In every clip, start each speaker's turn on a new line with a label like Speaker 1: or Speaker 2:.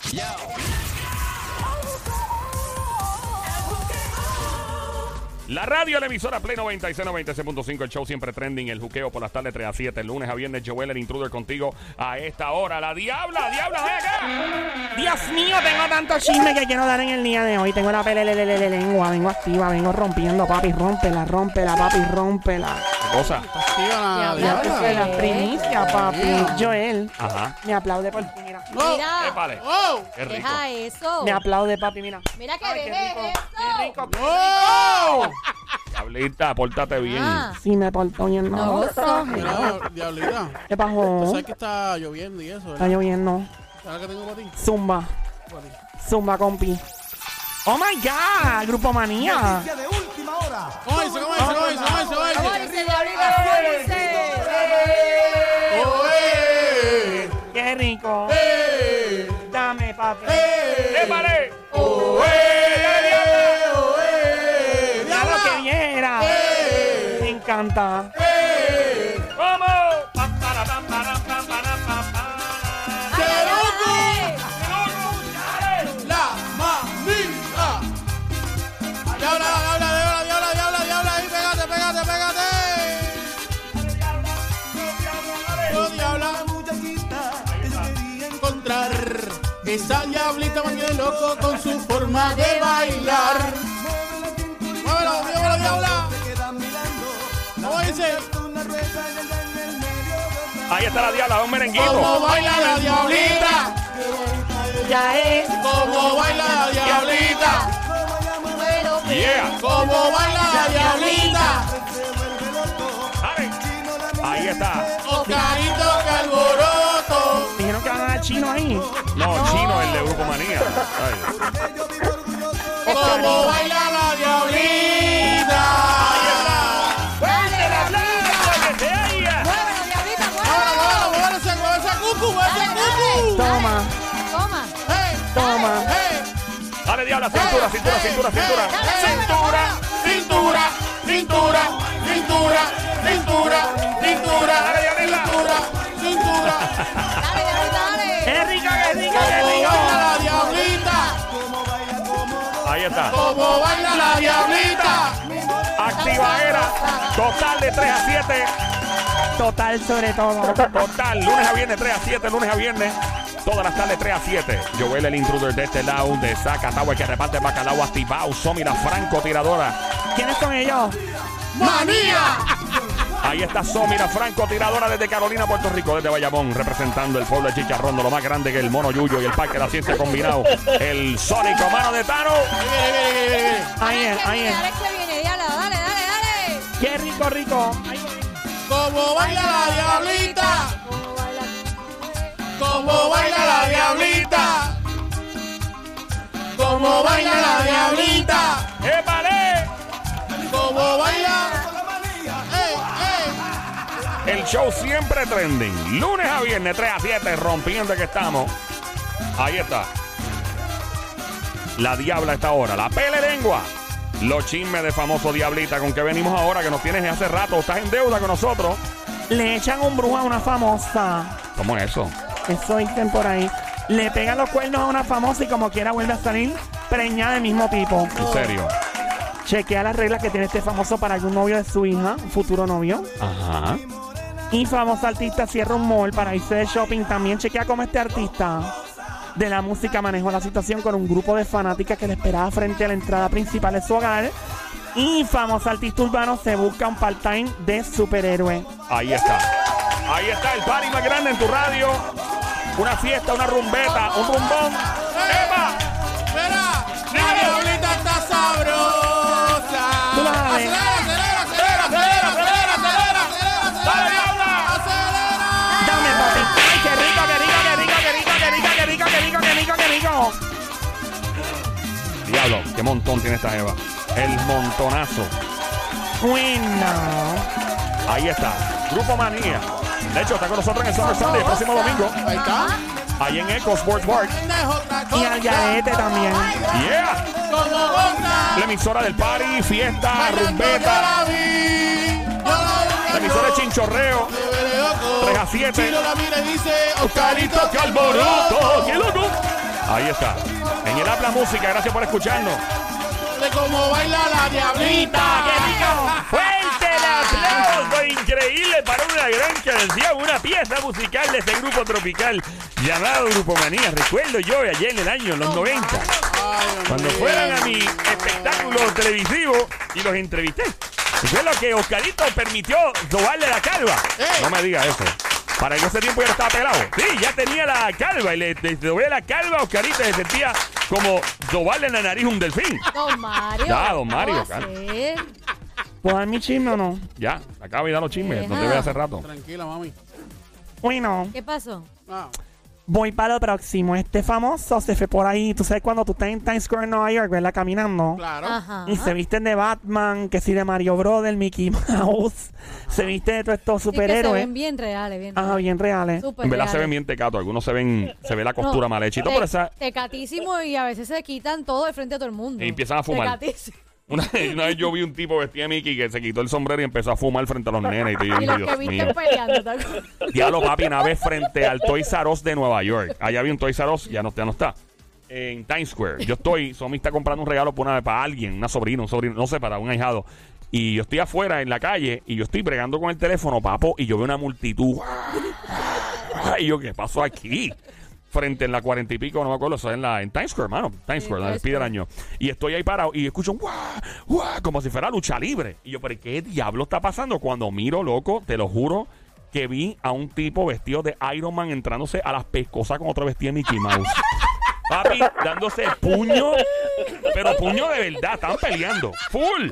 Speaker 1: Oh.
Speaker 2: La radio, la emisora Play 96, 96.5, el show siempre trending, el juqueo por las tardes 3 a 7, el lunes a viernes, Joel, el intruder contigo a esta hora. La diabla, diabla, eh, ven acá.
Speaker 1: Dios mío, tengo tanto chisme que quiero dar en el día de hoy. Tengo la pelelelele lengua, vengo activa, vengo rompiendo, papi, rómpela, rómpela, papi, rómpela.
Speaker 2: Cosa.
Speaker 3: Ya,
Speaker 1: Ya
Speaker 3: ya,
Speaker 1: tú
Speaker 3: ya.
Speaker 1: sabes, las primicias, papi. Joel,
Speaker 2: Ajá.
Speaker 1: me aplaude por ti, mira.
Speaker 2: Eh,
Speaker 3: Mira,
Speaker 4: Ah,
Speaker 2: vale.
Speaker 4: oh,
Speaker 2: Qué rico.
Speaker 3: deja eso.
Speaker 1: Me aplaude, papi, mira.
Speaker 3: Mira que
Speaker 1: Ay, qué
Speaker 3: bebé
Speaker 1: rico,
Speaker 3: es
Speaker 1: qué
Speaker 3: eso.
Speaker 1: rico.
Speaker 2: Diablita, pórtate bien.
Speaker 3: Ah,
Speaker 1: Sí, me portó bien,
Speaker 3: no
Speaker 1: no.
Speaker 3: gozo.
Speaker 4: Mira, diablita,
Speaker 1: ¿Qué pasó?
Speaker 4: sabes que está lloviendo y eso,
Speaker 1: Está
Speaker 4: ¿verdad?
Speaker 1: lloviendo.
Speaker 4: ¿Sabes qué tengo para ti?
Speaker 1: Zumba.
Speaker 4: Para ti.
Speaker 1: Zumba, compi. Oh my God, Grupo Manía.
Speaker 5: Noticia de última hora.
Speaker 4: ¿Cómo dice? ¿Cómo dice? ¿Cómo dice? ¿Cómo dice? ¿Cómo
Speaker 3: ¿Cómo
Speaker 4: dice?
Speaker 3: dice diablita? ¿Cómo dice?
Speaker 4: ¡Oe!
Speaker 1: Qué rico. Dame, papi.
Speaker 4: ¡Eh!
Speaker 2: ¡Épale!
Speaker 4: ¡Oe! ¡Oe!
Speaker 1: Ya lo que
Speaker 4: ¡Diabla!
Speaker 1: viera. Me encanta.
Speaker 4: ¡Eh!
Speaker 2: ¡Vamos! Pam, para, pam, para, pam, para, pam, para.
Speaker 3: ¡Ay, ay,
Speaker 4: ¡La mamita! ¡Diabla, diabla, diabla, diabla, diabla, diabla! ¡Ahí, pégate, pégate, pégate! ¡Yo, diabla!
Speaker 5: Muchachita que yo quería
Speaker 4: encontrar esa diablita manía loco con su forma de bailar.
Speaker 5: Mueve la cinturita.
Speaker 4: ¡Muévelo, muévelo, diabla!
Speaker 5: Te quedan mirando.
Speaker 4: ¿Cómo dice?
Speaker 5: Una rueda en el- en el medio.
Speaker 2: Ahí está la diabla, un
Speaker 4: ¿Cómo
Speaker 2: merenguito.
Speaker 4: baila la diablita?
Speaker 1: Ya es.
Speaker 4: ¿Cómo baila la diablita?
Speaker 5: Como llama,
Speaker 3: Bueno,
Speaker 2: Yeah.
Speaker 4: ¿Cómo baila la diablita?
Speaker 5: se vuelve loco.
Speaker 2: Dale.
Speaker 5: Si no la mira,
Speaker 2: Ahí está.
Speaker 4: Ocarito Calboroto.
Speaker 1: Dijeron que van a dar chino ahí.
Speaker 2: No, chino, el de Grupo Manía. Ay.
Speaker 5: que yo vivo orgulloso.
Speaker 4: ¿Cómo baila la diablita?
Speaker 2: ¡Que te haya!
Speaker 3: bueno, diablita,
Speaker 4: ¡Ahora, ahora,
Speaker 3: bueno.
Speaker 4: ahora! ¡Se mueve esa cucu, mueve esa cucu!
Speaker 1: Toma,
Speaker 3: Toma.
Speaker 4: ¡Hey,
Speaker 1: toma.
Speaker 4: hey!
Speaker 2: Dale, diabla, cintura, cintura, cintura, cintura.
Speaker 4: Cintura, cintura, cintura, cintura, cintura, cintura, cintura, cintura.
Speaker 3: Dale, diablita, dale.
Speaker 1: Qué rico, qué rico, qué
Speaker 4: Como
Speaker 1: rico.
Speaker 4: baila la diablita,
Speaker 2: Ahí está.
Speaker 4: como baila la diablita.
Speaker 2: Activadera. Total de 3 a 7.
Speaker 1: Total sobre todo.
Speaker 2: Total, lunes a viernes 3 a 7, lunes a viernes. Todas las tardes 3 a 7. Joel el intruder de este lado, de Zacatau, el que reparte bacalao activado. Somi la francotiradora.
Speaker 1: ¿Quiénes son ellos?
Speaker 4: Manía.
Speaker 2: Ahí está Somi la francotiradora desde Carolina, Puerto Rico, desde Bayamón, representando el pueblo de Chicharrón, de lo más grande que el Mono Yuyo y el Parque de la Ciencia combinado. El Sónico Mano de Tano.
Speaker 4: Viene, viene, viene, viene.
Speaker 1: Ahí es,
Speaker 3: Dale,
Speaker 1: ahí
Speaker 3: que viene,
Speaker 1: es.
Speaker 3: dale, que viene, diabla, dale, dale, dale.
Speaker 1: Qué rico, rico. Ay,
Speaker 4: Como baila la diablita,
Speaker 3: ¿Cómo baila?
Speaker 4: como baila la diablita, como baila la diablita,
Speaker 2: ¡Épale!
Speaker 4: como baila. Eh,
Speaker 5: Con la manía.
Speaker 4: ¡Ey, ey!
Speaker 2: El show siempre trending. Lunes a viernes 3 a 7, rompiendo que estamos. Ahí está. La diabla está ahora. La pele lengua. Los chismes de famoso diablita con que venimos ahora, que nos tienes hace rato. Estás en deuda con nosotros.
Speaker 1: Le echan un brujo a una famosa.
Speaker 2: ¿Cómo es eso?
Speaker 1: Eso dicen por ahí. Le pegan los cuernos a una famosa y como quiera vuelve a salir preñada del mismo tipo.
Speaker 2: En serio.
Speaker 1: Chequea las reglas que tiene este famoso para algún novio de su hija, futuro novio.
Speaker 2: Ajá.
Speaker 1: Y famoso artista cierra un mall para irse de shopping. También chequea cómo este artista de la música manejó la situación con un grupo de fanáticas que le esperaba frente a la entrada principal de su hogar. Y famoso artista urbano se busca un part-time de superhéroe.
Speaker 2: Ahí está. Ahí está el party más grande en tu radio. Una fiesta, una rumbeta, un rumbón. ¡Epa!
Speaker 4: Espera, la diablita está sabrosa.
Speaker 1: Tú la sabes.
Speaker 4: Acelera, acelera, acelera, acelera, acelera, acelera, acelera,
Speaker 2: Dale,
Speaker 4: acelera.
Speaker 2: diabla.
Speaker 4: Acelera.
Speaker 1: ¡Dame, papi! ¡Ay, qué rico, qué rico, qué rico, qué rico, qué rico, qué rico, qué rico, qué rico, qué rico!
Speaker 2: Diablo, qué montón tiene esta Eva. El montonazo.
Speaker 1: Bueno.
Speaker 2: Ahí está, Grupo Manía. De hecho, está con nosotros en el Summer Sunday el próximo domingo,
Speaker 4: Ahí está.
Speaker 2: ahí en Eco Sports Park.
Speaker 4: Esta es otra
Speaker 1: Y
Speaker 4: cosa.
Speaker 1: al garete también.
Speaker 2: Yeah,
Speaker 4: Como otra.
Speaker 2: la emisora del party, fiesta,
Speaker 4: Bailando
Speaker 2: rumbeta,
Speaker 4: yo la vi. Yo la vi.
Speaker 2: la emisora de chinchorreo.
Speaker 4: Me veré loco.
Speaker 2: 3 a 7.
Speaker 4: Chino la mira y dice,
Speaker 2: Carito
Speaker 4: Oscarito
Speaker 2: Calboroto, qué loco. Ahí está. En el Habla Música, gracias por escucharnos.
Speaker 4: De cómo baila la diablita.
Speaker 2: ¡Fuerte el aplauso! Increíble para una gran canción, una pieza musical de este grupo tropical llamado Grupo Manía. Recuerdo yo ayer en el año, en los 90, cuando fueron a mi espectáculo televisivo y los entrevisté. Y Fue lo que Oscarito permitió robarle la calva.
Speaker 4: ¡Ey!
Speaker 2: No me digas eso. Para que ese tiempo ya estaba pelado. Sí, ya tenía la calva y le, le robé la calva a Oscarito y se sentía como robarle en la nariz un delfín.
Speaker 3: Don Mario.
Speaker 2: Ya, don
Speaker 3: ¿qué
Speaker 2: Mario,
Speaker 3: va a
Speaker 2: claro.
Speaker 3: hacer?
Speaker 1: ¿Puedo dar mi chisme o no?
Speaker 2: Ya, acaba de dar los chismes, no te
Speaker 3: Ajá.
Speaker 2: veo hace rato.
Speaker 3: Pues
Speaker 4: Tranquila, mami.
Speaker 1: Uy, no.
Speaker 3: ¿Qué pasó?
Speaker 4: Ah,
Speaker 1: Voy para lo próximo. Este famoso se fue por ahí. Tú sabes cuando tú estás en Times Square, Nueva York, ¿verdad? Caminando.
Speaker 4: claro.
Speaker 3: Ajá.
Speaker 1: Y se visten de Batman, que sí, de Mario Bros, del Mickey Mouse. Se visten de todos estos
Speaker 3: Sí, que se
Speaker 1: superhéroes.
Speaker 3: ven bien reales, bien
Speaker 1: Ajá, bien reales.
Speaker 3: Súper
Speaker 2: En verdad se
Speaker 3: reales.
Speaker 2: ven bien tecato, algunos se ven, se ve la
Speaker 3: No, eh.
Speaker 2: costura mal hecha y todo,
Speaker 3: te-
Speaker 2: pero esa
Speaker 3: Tecatísimo y a veces se quitan todo de frente a todo el mundo.
Speaker 2: Y empiezan a fumar.
Speaker 3: Tecatísimo.
Speaker 2: una, una vez yo vi un tipo vestido de Mickey que se quitó el sombrero y empezó a fumar frente a los nenes y,
Speaker 3: Y
Speaker 2: yo,
Speaker 3: los que
Speaker 2: Dios mío.
Speaker 3: viste peleando. ¿te acuerdas?
Speaker 2: Diablo papi, una vez frente al Toys R Us de Nueva York. Allá había un Toys R Us, ya no, ya no está. En Times Square. Yo estoy, Somi está comprando un regalo para, una- para alguien, una sobrina, un sobrino, no sé, para un ahijado. Y yo estoy afuera en la calle y yo estoy bregando con el teléfono, papo, y yo veo una multitud. Y yo, ¿qué pasó aquí? Frente en la cuarenta y pico, no me acuerdo, eso es en, la, en Times Square, hermano. Times Square, la
Speaker 3: Times
Speaker 2: despide del
Speaker 3: Square.
Speaker 2: año. Y estoy ahí parado y escucho un guau, guau, como si fuera lucha libre. Y yo, ¿pero qué diablo está pasando? Cuando miro, loco, te lo juro, que vi a un tipo vestido de Iron Man entrándose a las pescosas con otro vestido de Mickey Mouse. Papi, dándose puño, pero puño de verdad, estaban peleando, full.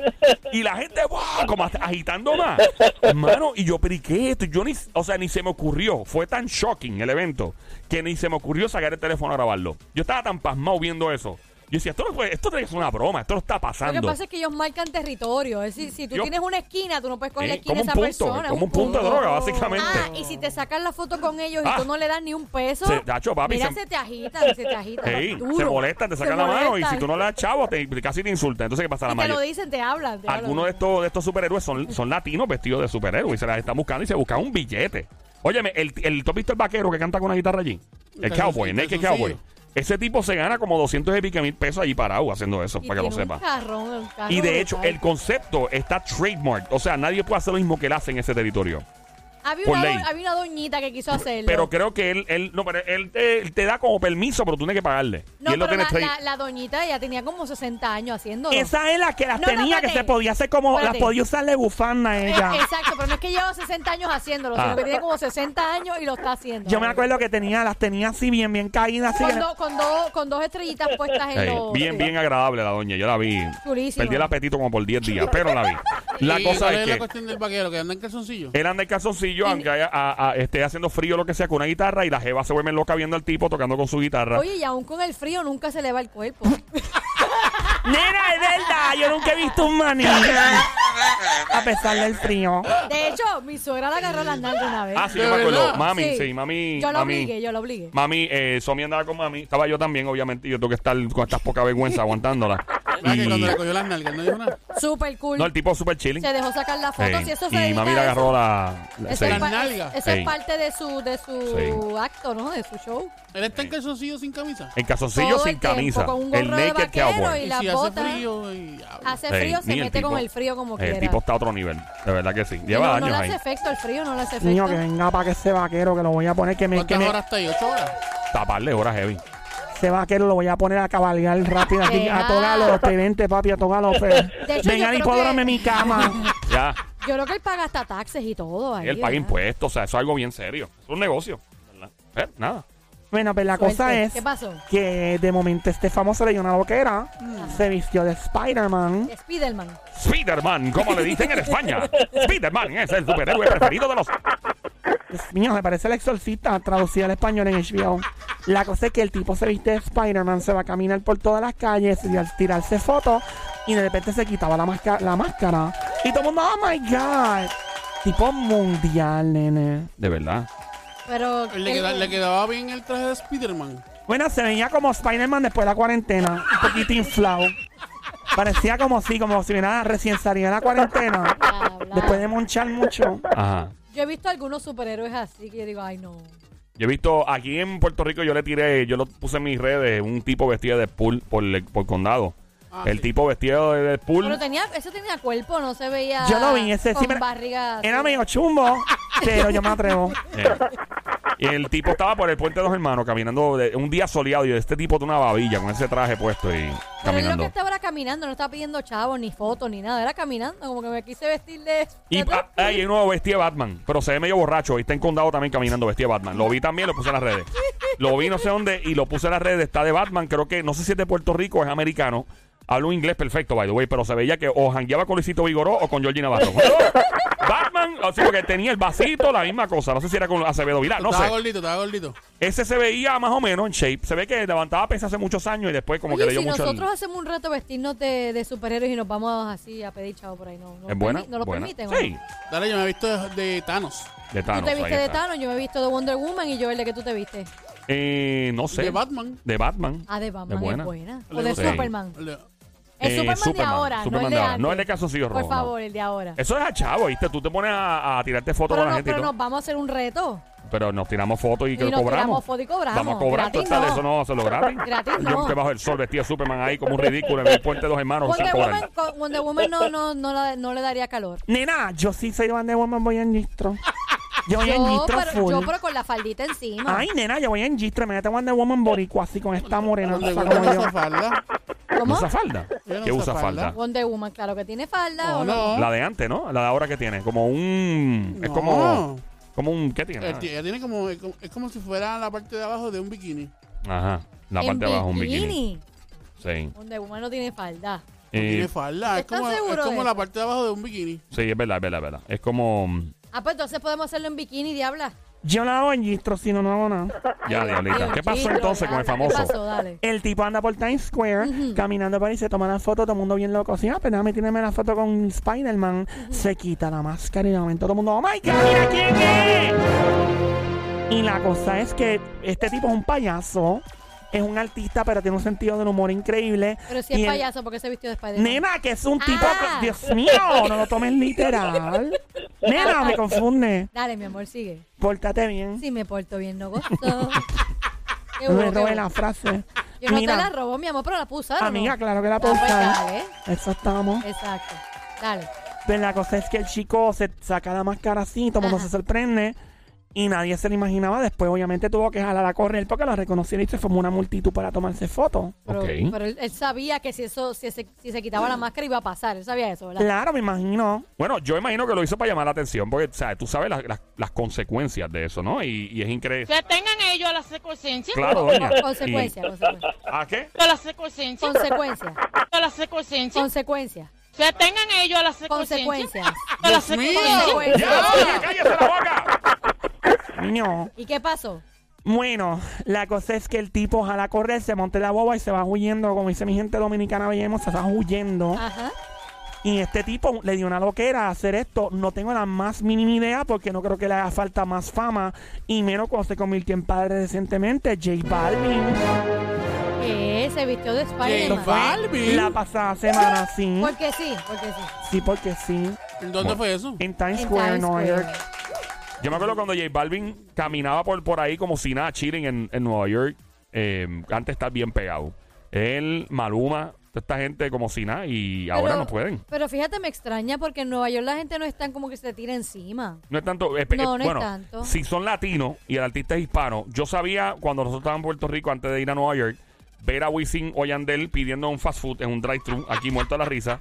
Speaker 2: Y la gente, wow, como hasta agitando más. Hermano, y yo, pero ¿y qué es esto? Yo ni, o sea, ni se me ocurrió. Fue tan shocking el evento que ni se me ocurrió sacar el teléfono a grabarlo. Yo estaba tan pasmado viendo eso. Yo decía, esto, no puede- esto es una broma, esto no está
Speaker 3: Lo que
Speaker 2: pasando.
Speaker 3: pasa es que ellos marcan territorio. Es decir, si tú
Speaker 2: Yo-
Speaker 3: tienes una esquina, tú no puedes coger la
Speaker 2: Eh,
Speaker 3: esquina
Speaker 2: como
Speaker 3: de
Speaker 2: un
Speaker 3: esa
Speaker 2: punto,
Speaker 3: persona.
Speaker 2: como un punto de droga, básicamente.
Speaker 3: Ah, y si te sacan la foto con ellos
Speaker 2: Ah.
Speaker 3: y tú no le das ni un peso.
Speaker 2: Se- tacho, papi,
Speaker 3: mira,
Speaker 2: se-
Speaker 3: se, te agitan, se te agitan.
Speaker 2: Ey,
Speaker 3: duro.
Speaker 2: se molestan, te
Speaker 3: Se
Speaker 2: sacan la mano y si
Speaker 3: molestan.
Speaker 2: tú no le das chavo, te, casi te insultan. Entonces, ¿qué pasa? La
Speaker 3: Y te lo
Speaker 2: mayor-
Speaker 3: dicen, te hablan. te hablan.
Speaker 2: Algunos de estos, de estos superhéroes son, son latinos vestidos de superhéroes y se las están buscando y se buscan un billete. Óyeme, el, el ¿tú has visto el vaquero que canta con una guitarra allí? El
Speaker 4: Calzoncillo,
Speaker 2: cowboy, el naked
Speaker 4: calzoncillo.
Speaker 2: cowboy. Ese tipo se gana como 200 y pico mil pesos allí parado haciendo eso,
Speaker 3: Y
Speaker 2: para que lo
Speaker 3: tiene un
Speaker 2: sepa.
Speaker 3: carrón, un carro
Speaker 2: Y de hecho,
Speaker 3: brutal.
Speaker 2: el concepto está trademark. O sea, nadie puede hacer lo mismo que él hace en ese territorio.
Speaker 3: había,
Speaker 2: por
Speaker 3: una,
Speaker 2: ley.
Speaker 3: do- había una doñita que quiso hacerlo.
Speaker 2: Pero creo que él, él no, pero él te, él te da como permiso, pero tú tienes que pagarle.
Speaker 3: no,
Speaker 2: y él lo
Speaker 3: pero
Speaker 2: tiene
Speaker 3: la,
Speaker 2: trade-
Speaker 3: la- la doñita ya tenía como 60 años haciéndolo.
Speaker 1: Esa es la que las
Speaker 3: No, no,
Speaker 1: tenía, que
Speaker 3: espérate.
Speaker 1: se podía hacer como. Las
Speaker 3: Espérate.
Speaker 1: podía usar de bufanda ella.
Speaker 3: Eh, Exacto, pero no es que lleva 60 años haciéndolo,
Speaker 2: Ah.
Speaker 3: sino que tiene como 60 años y lo está haciendo.
Speaker 1: Yo me acuerdo que tenía, las tenía así, bien, bien caídas, así.
Speaker 3: Con, do- con, dos- con dos estrellitas puestas en
Speaker 2: Ey,
Speaker 3: los.
Speaker 2: bien, bien agradable la doña. Yo la vi.
Speaker 3: Chulísima.
Speaker 2: Perdí el apetito como por 10 días, pero la vi. La
Speaker 4: ¿Y
Speaker 2: cosa
Speaker 4: cuál
Speaker 2: es
Speaker 4: la
Speaker 2: que. Eh,
Speaker 4: cuestión del vaquero que anda en calzoncillo.
Speaker 2: Él anda en calzoncillo, aunque haya- a- a- esté haciendo frío lo que sea, con una guitarra y la jeva se vuelve loca viendo al tipo tocando con su guitarra.
Speaker 3: Oye, y aún con el frío nunca se le va el cuerpo.
Speaker 1: Nena, es verdad, yo nunca he visto un maní. A pesar del frío.
Speaker 3: De hecho, mi suegra la agarró las nalgas una vez.
Speaker 2: ah, sí,
Speaker 4: ¿De
Speaker 2: yo me acuerdo.
Speaker 4: verdad?
Speaker 2: Mami, sí, mami.
Speaker 3: Yo lo
Speaker 2: mami,
Speaker 3: obligué, yo lo obligué.
Speaker 2: Mami, eh, Somi andaba con mami. Estaba yo también, obviamente. y Yo tengo que estar con estas poca vergüenza aguantándola.
Speaker 4: ¿Verdad Ah, que
Speaker 2: Y-
Speaker 4: cuando le cogió las nalgas no dijo nada?
Speaker 3: Super cool.
Speaker 2: no, el tipo súper chilling.
Speaker 3: Se dejó sacar la foto.
Speaker 2: Sí.
Speaker 3: Si eso se
Speaker 2: y
Speaker 3: dedica
Speaker 2: mami
Speaker 3: a
Speaker 2: le
Speaker 3: eso,
Speaker 2: agarró la. la-
Speaker 3: Eso,
Speaker 2: sí.
Speaker 3: es,
Speaker 4: Las
Speaker 3: pa-
Speaker 4: nalgas.
Speaker 3: eso es
Speaker 2: Sí.
Speaker 3: parte de su, de su acto, ¿no? De su show.
Speaker 4: Él está en calzoncillo sin camisa.
Speaker 2: En calzoncillo
Speaker 3: Todo el
Speaker 2: sin
Speaker 3: tiempo,
Speaker 2: camisa.
Speaker 3: con un
Speaker 2: el
Speaker 3: gorro de
Speaker 2: naked
Speaker 3: vaquero
Speaker 2: cowboy.
Speaker 3: y
Speaker 4: Y
Speaker 3: las
Speaker 4: si hace
Speaker 3: botas. Ah,
Speaker 4: frío y...
Speaker 3: Hace
Speaker 2: Ey,
Speaker 3: frío, se
Speaker 2: ni el eh,
Speaker 3: mete con el frío como
Speaker 2: El
Speaker 3: quiera.
Speaker 2: tipo está a otro nivel. De verdad que sí.
Speaker 3: Y
Speaker 2: Lleva
Speaker 3: no, no
Speaker 2: años
Speaker 3: le
Speaker 2: ahí.
Speaker 3: hace efecto el frío, no le hace efecto.
Speaker 1: Niño, que venga para que ese vaquero que lo voy a poner, que me. Que
Speaker 4: ¿Cuántas
Speaker 1: me
Speaker 4: horas está ahí? ¿Ocho horas?
Speaker 2: Taparle horas heavy.
Speaker 1: ese vaquero lo voy a poner a cabalgar rápido aquí. A
Speaker 3: Deja.
Speaker 1: todo galope, vente, papi, a todo galope.
Speaker 3: De hecho,
Speaker 1: Venga,
Speaker 3: yo creo
Speaker 1: hipódromo
Speaker 3: que-
Speaker 1: mi cama.
Speaker 2: Ya.
Speaker 3: Yo creo que él paga hasta taxes y todo. Ahí,
Speaker 2: él paga
Speaker 3: ¿verdad?
Speaker 2: impuestos. O sea, eso es algo bien serio. Es un negocio. ¿verdad? Eh, nada.
Speaker 1: Bueno, pues la cosa
Speaker 3: Suerte.
Speaker 1: es
Speaker 3: ¿Qué pasó?
Speaker 1: que de momento este famoso le dio una loquera,
Speaker 3: Mm.
Speaker 1: se vistió de Spider-Man.
Speaker 3: Spiderman.
Speaker 2: Spiderman, como le dicen en España. Spiderman es el superhéroe preferido de los.
Speaker 1: Dios mío, me parece el exorcista traducida al español en HBO. La cosa es que el tipo se viste de Spider-Man, se va a caminar por todas las calles y al tirarse fotos y de repente se quitaba la, masca- la máscara. Y todo el mundo, oh my god. Tipo mundial, nene.
Speaker 2: De verdad.
Speaker 3: Pero.
Speaker 4: Él le,
Speaker 3: él-
Speaker 4: queda- le quedaba bien el traje de Spider-Man.
Speaker 1: Bueno, se veía como Spider-Man después de la cuarentena, un poquito inflado. Parecía como si, como si hubiera recién salido de la cuarentena.
Speaker 3: Habla.
Speaker 1: Después de monchar mucho.
Speaker 2: Ajá.
Speaker 3: Yo he visto algunos superhéroes así que yo digo, ay no.
Speaker 2: Yo he visto aquí en Puerto Rico, yo le tiré, yo lo puse en mis redes, un tipo vestido de pool por, el- por condado.
Speaker 3: Ah,
Speaker 2: el tipo vestido de, de pool.
Speaker 3: Pero tenía, eso tenía cuerpo, no se veía.
Speaker 1: Yo lo vi, ese
Speaker 3: con
Speaker 1: sí me-
Speaker 3: barriga.
Speaker 1: Era
Speaker 3: así.
Speaker 1: medio chumbo, pero yo me atrevo.
Speaker 2: Eh. Y el tipo estaba por el puente de los hermanos caminando de- un día soleado. Y yo, este tipo de una babilla con ese traje puesto y
Speaker 3: Pero él lo que
Speaker 2: caminando.
Speaker 3: estaba era caminando, no estaba pidiendo chavos, ni fotos, ni nada. Era caminando, como que me quise vestir de.
Speaker 2: Y
Speaker 3: de-
Speaker 2: ah, hay un nuevo vestido de Batman, pero se ve medio borracho. Y está en condado también caminando vestido de Batman. Lo vi también, lo puse en las redes. Lo vi no sé dónde y lo puse en las redes. Está de Batman, creo que no sé si es de Puerto Rico, es americano. Habla un inglés perfecto, by the way, pero se veía que o jangueaba con Luisito Vigoró o con Georgina Navarro. Batman, así porque tenía el vasito, la misma cosa. No sé si era con Acevedo Vilá, Ah, no
Speaker 4: estaba
Speaker 2: sé.
Speaker 4: gordito, estaba gordito.
Speaker 2: Ese se veía más o menos en shape. Se ve que levantaba pesas hace muchos años y después como que
Speaker 3: Oye,
Speaker 2: le dio
Speaker 3: si
Speaker 2: mucho. al-
Speaker 3: nosotros hacemos un reto vestirnos de, de superhéroes y nos vamos así a pedir chavo por ahí, ¿no? ¿No,
Speaker 2: ¿Es buena?
Speaker 3: permi- ¿no lo
Speaker 2: buena.
Speaker 3: permiten? ¿o
Speaker 2: Sí,
Speaker 3: no?
Speaker 4: Dale, yo me he visto de, de Thanos.
Speaker 2: de Thanos.
Speaker 3: Tú te
Speaker 2: ahí
Speaker 3: viste de
Speaker 2: está.
Speaker 3: Thanos, yo me he visto de Wonder Woman y yo el de que tú te viste.
Speaker 2: Eh, no sé.
Speaker 4: De Batman.
Speaker 2: De Batman.
Speaker 3: Ah, de Batman,
Speaker 2: Es
Speaker 3: es
Speaker 2: buena.
Speaker 3: buena. O de
Speaker 2: Sí.
Speaker 3: Superman.
Speaker 4: Le-
Speaker 3: El
Speaker 2: Eh,
Speaker 3: Superman, de
Speaker 2: Superman,
Speaker 3: ahora, no
Speaker 2: Superman
Speaker 3: el
Speaker 2: de
Speaker 3: de
Speaker 2: ahora.
Speaker 3: antes.
Speaker 2: No el de calzoncillos rojos,
Speaker 3: Por
Speaker 2: no.
Speaker 3: favor, el de ahora.
Speaker 2: Eso es a chavo, ¿viste? Tú te pones a, a tirarte fotos
Speaker 3: pero,
Speaker 2: con la
Speaker 3: no-
Speaker 2: gente. y
Speaker 3: pero
Speaker 2: todo.
Speaker 3: nos vamos a hacer un reto.
Speaker 2: Pero nos tiramos fotos y, que
Speaker 3: Y nos
Speaker 2: cobramos.
Speaker 3: tiramos fotos y cobramos.
Speaker 2: Vamos a cobrar.
Speaker 3: Gratis
Speaker 2: tú estás,
Speaker 3: no.
Speaker 2: Eso no se lo gratis.
Speaker 3: Gratis
Speaker 2: Y Yo
Speaker 3: no.
Speaker 2: que bajo el sol vestido de Superman ahí como un ridículo en el puente de los hermanos sin
Speaker 3: Wonder
Speaker 2: cobrar.
Speaker 3: Woman, con- Wonder Woman no, no, no, la- no le daría calor.
Speaker 1: Nena, yo sí soy Wonder Woman, voy en gistro. Yo voy en
Speaker 3: Yo
Speaker 1: gistro
Speaker 3: pero,
Speaker 1: full.
Speaker 3: yo, pero con la faldita encima.
Speaker 1: Ay, nena, yo voy en gistro. Mírate Wonder Woman boricua así con esta morena.
Speaker 4: Donde
Speaker 1: como
Speaker 4: guarda
Speaker 1: yo.
Speaker 4: esa falda.
Speaker 2: ¿No
Speaker 3: ¿Cómo?
Speaker 2: usa falda?
Speaker 4: Yo no
Speaker 2: ¿Qué
Speaker 4: uso
Speaker 2: usa
Speaker 4: falda.
Speaker 2: falda?
Speaker 3: Wonder Woman, claro que tiene falda.
Speaker 4: Oh,
Speaker 3: ¿o no?
Speaker 4: no.
Speaker 2: La de antes, ¿no? La de ahora que tiene. Como un. Es
Speaker 4: No.
Speaker 2: como. Como un. ¿Qué tiene?
Speaker 4: El- Ella tiene como, es como- es como si fuera la parte de abajo de un bikini.
Speaker 2: Ajá. La
Speaker 3: En
Speaker 2: parte de abajo, un bikini. Sí.
Speaker 3: Wonder Woman no tiene falda.
Speaker 4: No
Speaker 2: Eh,
Speaker 4: tiene falda. Es
Speaker 3: ¿Estás
Speaker 4: como, es
Speaker 3: seguro de
Speaker 4: como la
Speaker 3: eso?
Speaker 4: parte de abajo de un bikini.
Speaker 2: sí, es verdad, es verdad, es verdad. Es como. mm,
Speaker 3: Ah, pues entonces podemos hacerlo en bikini, diabla.
Speaker 1: Yo la hago en gistro, si no, no hago nada.
Speaker 2: Ya, diablita.
Speaker 3: Dios,
Speaker 2: ¿Qué pasó
Speaker 3: chico,
Speaker 2: entonces con el
Speaker 3: diabla, ¿Qué
Speaker 2: famoso?
Speaker 3: pasó? Dale.
Speaker 1: El tipo anda por Times Square, caminando por ahí, se toma la foto, todo el mundo bien loco. Sí, ah, pero déjame tirarme la foto con Spider-Man. Se quita la máscara y de momento todo el mundo, ¡Oh my God, mira quién es! Y la cosa es que este tipo es un payaso, es un artista, pero tiene un sentido del humor increíble.
Speaker 3: Pero si
Speaker 1: Y
Speaker 3: es
Speaker 1: el-
Speaker 3: payaso, porque se vistió de Spider-Man?
Speaker 1: Nena, que es un tipo.
Speaker 3: Ah.
Speaker 1: que- Dios mío, no lo tomes literal. Nena, me confunde.
Speaker 3: Dale, mi amor, sigue.
Speaker 1: Pórtate bien.
Speaker 3: Si me porto bien, no gosto. Qué
Speaker 1: No me
Speaker 3: bueno, qué
Speaker 1: robes
Speaker 3: bueno.
Speaker 1: la frase.
Speaker 3: Yo no te la robo, mi amor, pero la puse. ¿o
Speaker 1: amiga,
Speaker 3: no?
Speaker 1: claro que la
Speaker 3: Ah,
Speaker 1: puedo
Speaker 3: pues,
Speaker 1: usar.
Speaker 3: dale.
Speaker 1: Eso estamos.
Speaker 3: Exacto. Dale.
Speaker 1: Pero la cosa es que el chico se saca la máscara así, todo el mundo
Speaker 3: Ajá.
Speaker 1: se sorprende. Y nadie se lo imaginaba. Después, obviamente, tuvo que jalar a correr porque lo reconocieron y se formó una multitud para tomarse fotos.
Speaker 3: Pero,
Speaker 2: Ok.
Speaker 3: pero él, él sabía que si eso, si se, si se quitaba la máscara iba a pasar. Él sabía eso, ¿verdad?
Speaker 1: Claro, me imagino.
Speaker 2: Bueno, yo imagino que lo hizo para llamar la atención, porque o sea, tú sabes las, las- las consecuencias de eso, ¿no? Y, y es increíble.
Speaker 6: Que tengan ellos las consecuencias.
Speaker 2: Claro, doña.
Speaker 3: Consecuencia, consecuencia.
Speaker 2: Y- ¿A qué?
Speaker 6: Las consecuencias.
Speaker 3: Consecuencia.
Speaker 6: Las consecuencias.
Speaker 3: Consecuencia.
Speaker 6: Que tengan ellos las consecuencias.
Speaker 3: Consecuencias.
Speaker 6: Las
Speaker 4: Dios mío.
Speaker 6: consecuencias.
Speaker 2: ¡Ya, doña, cállese la boca!
Speaker 1: No.
Speaker 3: ¿Y qué pasó?
Speaker 1: Bueno, la cosa es que el tipo jala a correr, se monte la boba y se va huyendo. Como dice mi gente dominicana, veíamos, se va huyendo.
Speaker 3: Ajá.
Speaker 1: Y este tipo le dio una loquera a hacer esto. No tengo la más mínima idea porque no creo que le haga falta más fama. Y menos cuando se convirtió en padre recientemente, J Balvin.
Speaker 3: ¿Qué? Eh, Se vistió de
Speaker 4: J
Speaker 3: Spider-Man.
Speaker 4: Balvin.
Speaker 1: La pasada semana, sí.
Speaker 3: Porque sí, porque sí.
Speaker 1: Sí, porque sí.
Speaker 4: ¿Dónde fue eso?
Speaker 1: En Times
Speaker 3: En
Speaker 1: Square,
Speaker 3: Times
Speaker 1: Nueva
Speaker 3: Square.
Speaker 1: York.
Speaker 2: Yo me acuerdo cuando J Balvin caminaba por, por ahí como si nada, chilling en, en Nueva York, eh, antes de estar bien pegado. Él, Maluma, toda esta gente como si nada, y ahora
Speaker 3: Pero-
Speaker 2: no pueden.
Speaker 3: Pero fíjate, me extraña porque en Nueva York la gente no es tan como que se tira encima.
Speaker 2: No es tanto. eh, pe-
Speaker 3: No, no es
Speaker 2: bueno,
Speaker 3: tanto.
Speaker 2: Si son latinos y el artista es hispano, yo sabía cuando nosotros estábamos en Puerto Rico antes de ir a Nueva York, ver a Wisin o Yandel pidiendo un fast food en un drive-thru, aquí muerto a la risa.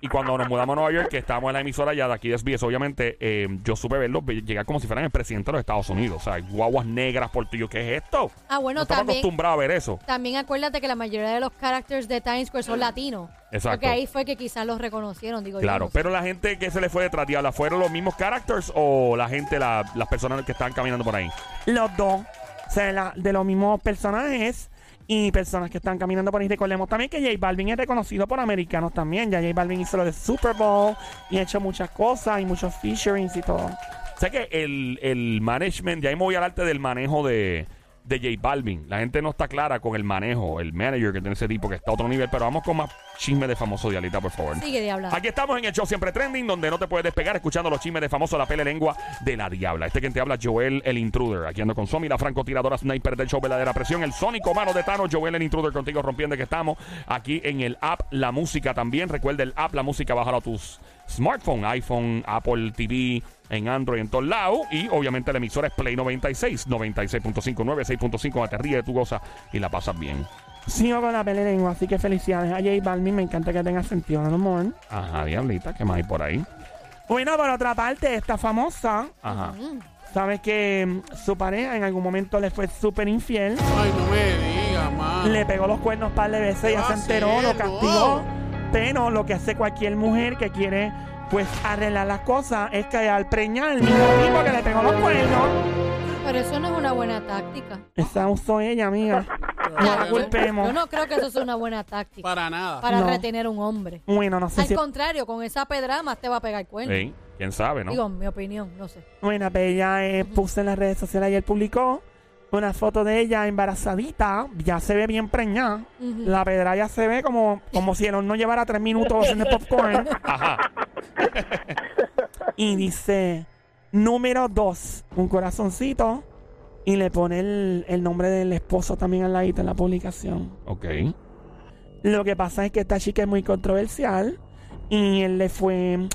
Speaker 2: Y cuando nos mudamos a Nueva York, que estábamos en la emisora ya de aquí de SBS, obviamente, eh, yo supe verlos ve- llegar como si fueran el presidente de los Estados Unidos. O sea, guaguas negras por tuyo. ¿Qué es esto?
Speaker 3: Ah, bueno,
Speaker 2: no estamos
Speaker 3: también-
Speaker 2: acostumbrados a ver eso.
Speaker 3: También acuérdate que la mayoría de los characters de Times Square son latinos.
Speaker 2: Exacto.
Speaker 3: Porque ahí fue que quizás los reconocieron, digo yo,
Speaker 2: Claro,
Speaker 3: no sé.
Speaker 2: pero la gente que se le fue detrás, diabla, ¿fueron los mismos characters o la gente, la- las personas que estaban caminando por ahí?
Speaker 1: Los dos. O sea, la- de los mismos personajes y personas que están caminando por ahí. Recordemos también que J Balvin es reconocido por americanos también. Ya J Balvin hizo lo de Super Bowl y ha hecho muchas cosas y muchos featurings y todo.
Speaker 2: sé que el, el management, ya ahí me voy al arte del manejo de, de J Balvin. La gente no está clara con el manejo, el manager que tiene ese tipo que está a otro nivel. Pero vamos con más chisme de famoso dialita, por favor.
Speaker 3: Sigue de hablar.
Speaker 2: Aquí estamos en el show siempre trending, donde no te puedes despegar escuchando los chismes de famoso la pele lengua de la diabla. Este quien te habla, Joel el Intruder. Aquí ando con Somi, la francotiradora sniper del show Verdadera Presión, el sónico mano de Tano, Joel el Intruder contigo rompiendo que estamos aquí en el app La Música también. Recuerda el app La Música, bájalo a tus smartphone, iPhone, Apple TV, en Android, en todos lados. Y obviamente la emisora es Play 96, 96.5, 96.5. Te ríes, tú gozas y la pasas bien.
Speaker 1: Sigo con la pelea de lengua, así que felicidades a J Balvin. Me encanta que tenga sentido del humor.
Speaker 2: Ajá, diablita, ¿qué más hay por ahí?
Speaker 1: Bueno, por otra parte, esta famosa,
Speaker 2: Ajá.
Speaker 1: sabes que mm, su pareja en algún momento le fue súper infiel.
Speaker 4: Ay, no me diga, mano.
Speaker 1: Le pegó los cuernos par de veces,
Speaker 4: Ah. ¿Qué
Speaker 1: ya
Speaker 4: va
Speaker 1: se
Speaker 4: a
Speaker 1: enteró,
Speaker 4: hacer?
Speaker 1: lo castigó.
Speaker 4: No.
Speaker 1: Pero lo que hace cualquier mujer que quiere pues arreglar las cosas es que al preñar al mismo tipo que le pegó los cuernos,
Speaker 3: Pero eso no es una buena táctica.
Speaker 1: esa usó ella, amiga. No
Speaker 3: Ya,
Speaker 1: la
Speaker 3: yo-
Speaker 1: culpemos.
Speaker 3: Yo no creo que eso sea una buena táctica
Speaker 4: Para nada.
Speaker 3: para
Speaker 1: No.
Speaker 3: retener a un hombre.
Speaker 1: Bueno, no sé
Speaker 3: Al
Speaker 1: si...
Speaker 3: contrario, con esa pedra más te va a pegar cuerno.
Speaker 2: Ey, ¿Quién sabe, no?
Speaker 3: Digo, mi opinión, no sé.
Speaker 1: Bueno, pues ella eh, puso en las redes sociales ayer publicó una foto de ella embarazadita, ya se ve bien preñada.
Speaker 3: Ujú.
Speaker 1: La pedra ya se ve como, como si el horno llevara tres minutos haciendo popcorn.
Speaker 2: Ajá.
Speaker 1: Y dice, número dos, un corazoncito. Y le pone el, el nombre del esposo también al ladito en la publicación.
Speaker 2: Ok.
Speaker 1: Lo que pasa es que esta chica es muy controversial y él le fue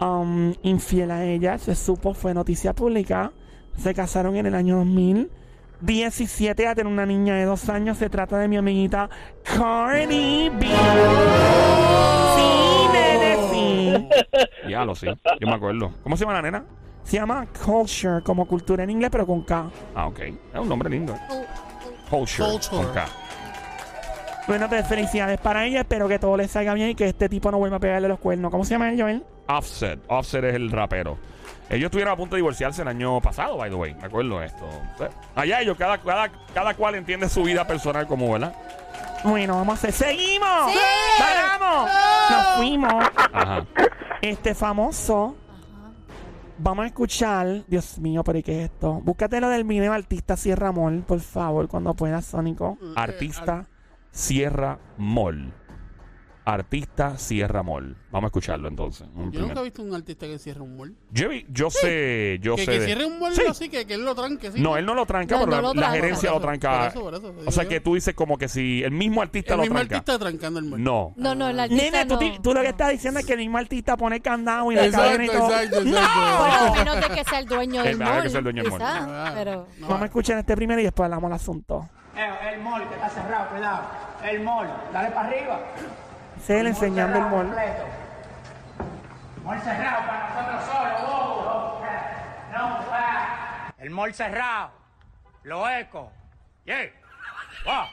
Speaker 1: um, infiel a ella. Se supo, fue noticia pública. Se casaron en el año 2017 a tener una niña de dos años. Se trata de mi amiguita Cardi B. Sí, nene, sí.
Speaker 2: Ya lo sí. Yo me acuerdo. ¿Cómo se llama la nena?
Speaker 1: Se llama Culture, como cultura en inglés, pero con K.
Speaker 2: Ah, ok. Es un nombre lindo. ¿eh? Culture.
Speaker 4: Culture.
Speaker 2: Con K.
Speaker 1: Bueno, pues felicidades para ella. Espero que todo le salga bien y que este tipo no vuelva a pegarle los cuernos. ¿Cómo se llama él, Joel?
Speaker 2: Offset. Offset es el rapero. Ellos estuvieron a punto de divorciarse el año pasado, by the way. Me acuerdo de esto. Sí. Allá ellos, cada, cada, cada cual entiende su vida personal como, ¿verdad?
Speaker 1: Bueno, vamos a hacer. ¡Seguimos!
Speaker 3: ¡Sí! ¡Oh!
Speaker 1: ¡Paramos! Nos fuimos.
Speaker 2: Ajá.
Speaker 1: Este famoso. Vamos a escuchar. Dios mío, pero ¿y ¿qué es esto? Búscate lo del video artista Sierra Mol, por favor, cuando puedas, Sónico.
Speaker 4: Mm.
Speaker 2: Artista Sierra Mol. Artista Sierra Mol. Vamos a escucharlo entonces. Un
Speaker 4: Yo nunca
Speaker 2: primer-
Speaker 4: he visto un artista que cierre un mall.
Speaker 2: Yo, vi- yo sé, yo
Speaker 4: Que,
Speaker 2: sé.
Speaker 4: que
Speaker 2: de-
Speaker 4: cierre un mall
Speaker 2: Sí.
Speaker 4: así, que, que él lo tranque, sí.
Speaker 2: No, él no lo tranca,
Speaker 3: No,
Speaker 2: pero
Speaker 3: no
Speaker 2: la-
Speaker 3: lo
Speaker 2: la
Speaker 3: tranca.
Speaker 2: gerencia
Speaker 4: Por
Speaker 2: lo
Speaker 4: eso,
Speaker 2: tranca.
Speaker 4: por eso, por eso,
Speaker 2: o sea
Speaker 4: digo
Speaker 2: que
Speaker 4: yo.
Speaker 2: tú dices como que si el mismo artista
Speaker 4: El
Speaker 2: lo
Speaker 4: mismo
Speaker 2: tranca.
Speaker 4: artista trancando el mall.
Speaker 2: No.
Speaker 3: No, no, el artista
Speaker 1: Nene, tú,
Speaker 3: no.
Speaker 1: ti- tú lo que
Speaker 3: no.
Speaker 1: estás diciendo es que el mismo artista pone el candado y la cadena
Speaker 4: Exacto,
Speaker 1: y todo.
Speaker 4: exacto, exacto.
Speaker 3: Bueno, a menos de que sea el dueño del
Speaker 2: El- a ver que sea el
Speaker 3: mall,
Speaker 2: dueño del mall.
Speaker 3: quizás, pero...
Speaker 4: No,
Speaker 1: Vamos a escuchar este primero y después hablamos del asunto.
Speaker 7: Eh, el mall que está cerrado, cuidado. El mall, dale para arriba.
Speaker 1: Se él enseñando el
Speaker 7: cerrado
Speaker 1: mol.
Speaker 7: completo. Mall cerrado para nosotros solos, bobo. No, pa. El mall cerrado. Lo eco. Yeah. Wow.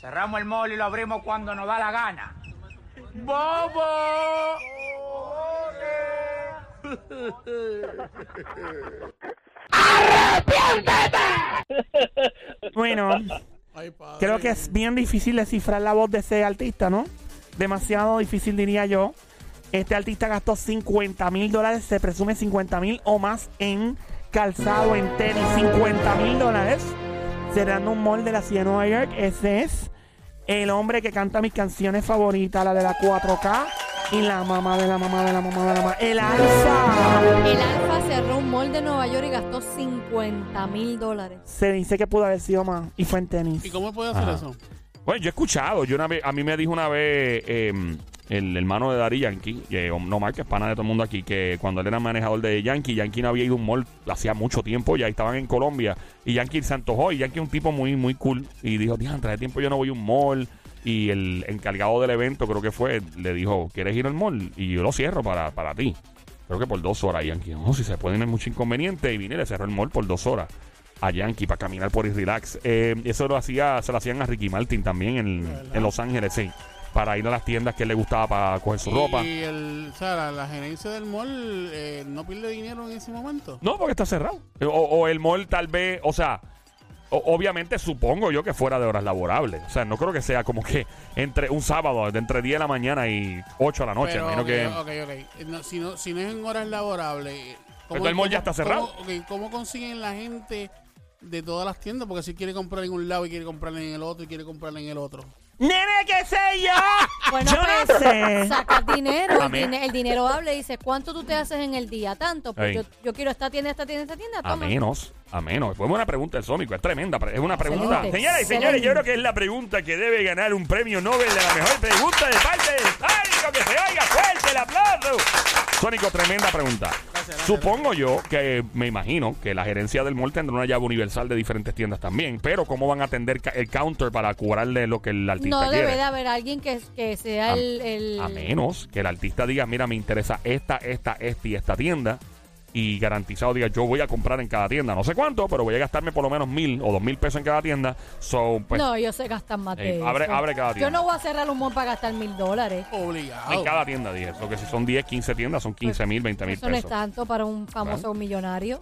Speaker 7: Cerramos el mall y lo abrimos cuando nos da la gana. ¡Bobo!
Speaker 1: Bueno,
Speaker 4: Ay, padre.
Speaker 1: creo que es bien difícil descifrar la voz de ese artista, ¿no? Demasiado difícil, diría yo. Este artista gastó 50 mil dólares, se presume 50 mil o más en calzado, en tenis. 50 mil dólares. Cerrando un mall de la ciudad de Nueva York. Ese es el hombre que canta mis canciones favoritas, la de la 4K. Y la mamá de la mamá de la mamá de la mamá. El alfa.
Speaker 3: El Alfa cerró un mall de Nueva York y gastó 50 mil dólares.
Speaker 1: Se dice que pudo haber sido más. Y fue en tenis.
Speaker 4: ¿Y cómo puede hacer
Speaker 2: Ajá.
Speaker 4: eso?
Speaker 2: Bueno, yo he escuchado, yo una vez, a mí me dijo una vez eh, el hermano de Dari Yankee, que no más que es pana de todo el mundo aquí, que cuando él era manejador de Yankee, Yankee no había ido a un mall hacía mucho tiempo, ya estaban en Colombia, y Yankee se antojó, y Yankee es un tipo muy, muy cool, y dijo, diantre, de tiempo yo no voy a un mall, y el encargado del evento, creo que fue, le dijo, ¿quieres ir al mall? Y yo lo cierro para, para ti. Creo que por dos horas, Yankee, no, si se puede, no es mucho inconveniente, y vine y le cerró el mall por dos horas a Yankee para caminar por el relax. Eh, eso lo hacía, se lo hacían a Ricky Martin también en, en Los Ángeles, sí. Para ir a las tiendas que él le gustaba para coger su
Speaker 4: Y-
Speaker 2: ropa.
Speaker 4: Y el, o sea, la, la gerencia del mall eh, no pierde dinero en ese momento.
Speaker 2: No, porque está cerrado. O, o el mall tal vez, o sea, o- obviamente supongo yo que fuera de horas laborables. O sea, no creo que sea como que entre un sábado, de entre 10 de la mañana y 8 de la noche.
Speaker 4: Pero,
Speaker 2: imagino
Speaker 4: ok,
Speaker 2: que...
Speaker 4: ok, ok. Eh, no, si, no, si no es en horas laborables. eh,
Speaker 2: Pero el mall ya está cerrado.
Speaker 4: Cómo, ok, ¿Cómo consiguen la gente de todas las tiendas, porque si quiere comprar en un lado y quiere comprar en el otro y quiere comprar en el otro.
Speaker 1: Nene, qué sé yo.
Speaker 3: Bueno,
Speaker 1: yo no
Speaker 3: pues,
Speaker 1: sé.
Speaker 3: sacas dinero, el,
Speaker 2: Amén.
Speaker 3: dine- el dinero habla y dice, ¿cuánto tú te haces en el día? Tanto, pues
Speaker 2: Ey.
Speaker 3: yo, yo quiero esta tienda, esta tienda, esta tienda,
Speaker 2: A
Speaker 3: toma.
Speaker 2: menos, a menos. Fue una pregunta del Sónico, es tremenda. Es una pregunta.
Speaker 3: Excelente,
Speaker 2: Señoras y señores,
Speaker 3: excelente.
Speaker 2: yo creo que es la pregunta que debe ganar un premio Nobel de la mejor pregunta de parte del Sónico. Que se oiga fuerte el aplauso. Sónico, tremenda pregunta. Supongo yo que me imagino que la gerencia del mall tendrá una llave universal de diferentes tiendas también. Pero, ¿cómo van a atender ca- el counter para cobrarle lo que el artista
Speaker 3: No
Speaker 2: quiere?
Speaker 3: debe de haber alguien que, que sea
Speaker 2: A-
Speaker 3: el... el-
Speaker 2: A menos que el artista diga, mira, me interesa esta, esta, esta y esta tienda. Y garantizado diga, yo voy a comprar en cada tienda. No sé cuánto, pero voy a gastarme por lo menos mil o dos mil pesos en cada tienda. So, pues,
Speaker 3: no, ellos se gastan más de
Speaker 2: Ey,
Speaker 3: eso.
Speaker 2: abre- abre cada
Speaker 3: Yo
Speaker 2: tienda.
Speaker 3: no voy a cerrar un mall para gastar mil dólares.
Speaker 2: en
Speaker 4: Obligado.
Speaker 2: cada tienda, dije. Lo que si son 10, 15 tiendas, son 15 mil, 20 Este mil
Speaker 3: Pues, Eso no es
Speaker 2: pesos.
Speaker 3: tanto para un famoso millonario.